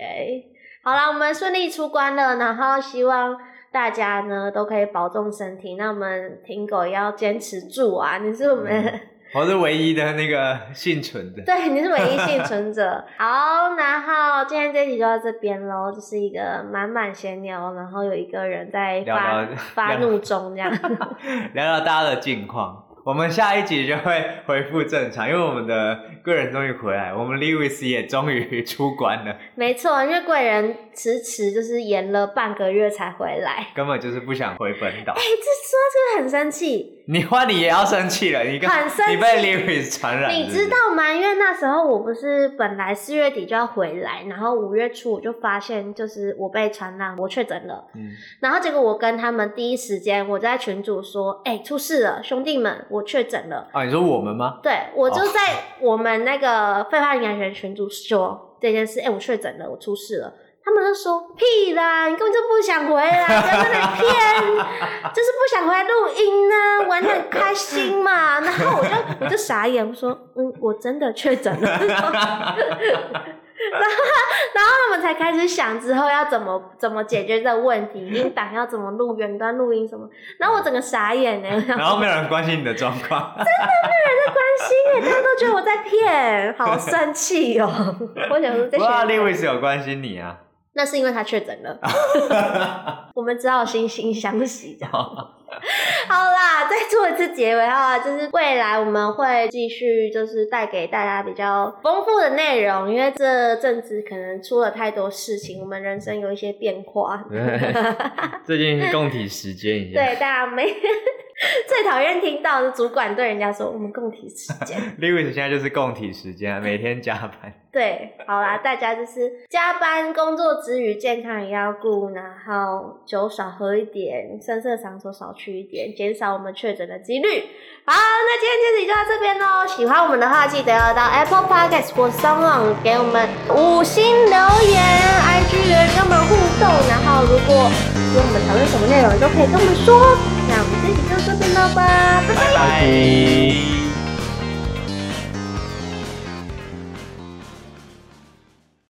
[SPEAKER 1] 好啦，我们顺利出关了，然后希望大家呢都可以保重身体。那我们听狗也要坚持住啊！你是我们、。
[SPEAKER 3] 我是唯一的那个幸存 的
[SPEAKER 1] 对，你是唯一幸存者。 好，然后今天这集就到这边喽，就是一个满满闲聊，然后有一个人在发
[SPEAKER 3] 聊聊
[SPEAKER 1] 发
[SPEAKER 3] 聊
[SPEAKER 1] 怒中这样。
[SPEAKER 3] 聊聊大家的近况。我们下一集就会恢复正常，因为我们的贵人终于回来，我们 Lewis 也终于出关了，
[SPEAKER 1] 没错，因为贵人迟迟就是延了半个月才回来。
[SPEAKER 3] 根本就是不想回本岛
[SPEAKER 1] 哎、。这说到这个很生气，
[SPEAKER 3] 你换你也要生气了，你跟
[SPEAKER 1] 很生气
[SPEAKER 3] 你被 Lewis 传染，
[SPEAKER 1] 你知道吗？因为那时候我不是本来四月底就要回来，然后五月初我就发现就是我被传染，我确诊了。
[SPEAKER 3] 是不是？嗯，
[SPEAKER 1] 然后结果我跟他们第一时间我在群组说：“哎、出事了，兄弟们，我确诊了。”
[SPEAKER 3] 哦，你说我们 吗？
[SPEAKER 1] 对，我就在我们那个废话营养学群组说这件事，哎、我确诊了，我出事了。他们就说屁啦，你根本就不想回来，不要在那里骗，就是不想回来录音呢、玩的很开心嘛。然后我就我就傻眼，我说嗯，我真的确诊了。 然后然后他们才开始想之后要怎么怎么解决这个问题，音档要怎么录，远端录音什么。然后我整个傻眼呢、我想
[SPEAKER 3] 然后没有人关心你的状 况，
[SPEAKER 1] 关心耶，大家都觉得我在骗，好生气哦！我想说在
[SPEAKER 3] 不过
[SPEAKER 1] 学，
[SPEAKER 3] Lewis 有关心 你啊。
[SPEAKER 1] 那是因为他确诊了，我们只好惺惺相惜这样。好啦，再做一次结尾哈，就是未来我们会继续就是带给大家比较丰富的内容，因为这阵子可能出了太多事情，我们人生有一些变化。
[SPEAKER 3] 最近是供体时间一
[SPEAKER 1] 对，大家没 最讨厌听到的主管对人家说我们共体时间。
[SPEAKER 3] ，Lewis 现在就是供体时间啊，每天加班。
[SPEAKER 1] 对，好啦，大家就是加班工作之余健康也要顾，然后酒少喝一点，深色场所少去一点，减少我们确诊的几率。好，那今天这集就到这边喽。喜欢我们的话，记得要到 Apple Podcast 或 s o m e o n 给我们五星留言，IG 留言跟我们互动。然后如果有我们讨论什么内容，都可以跟我们说。那我们这集就到这边了吧，拜拜。
[SPEAKER 3] 拜拜。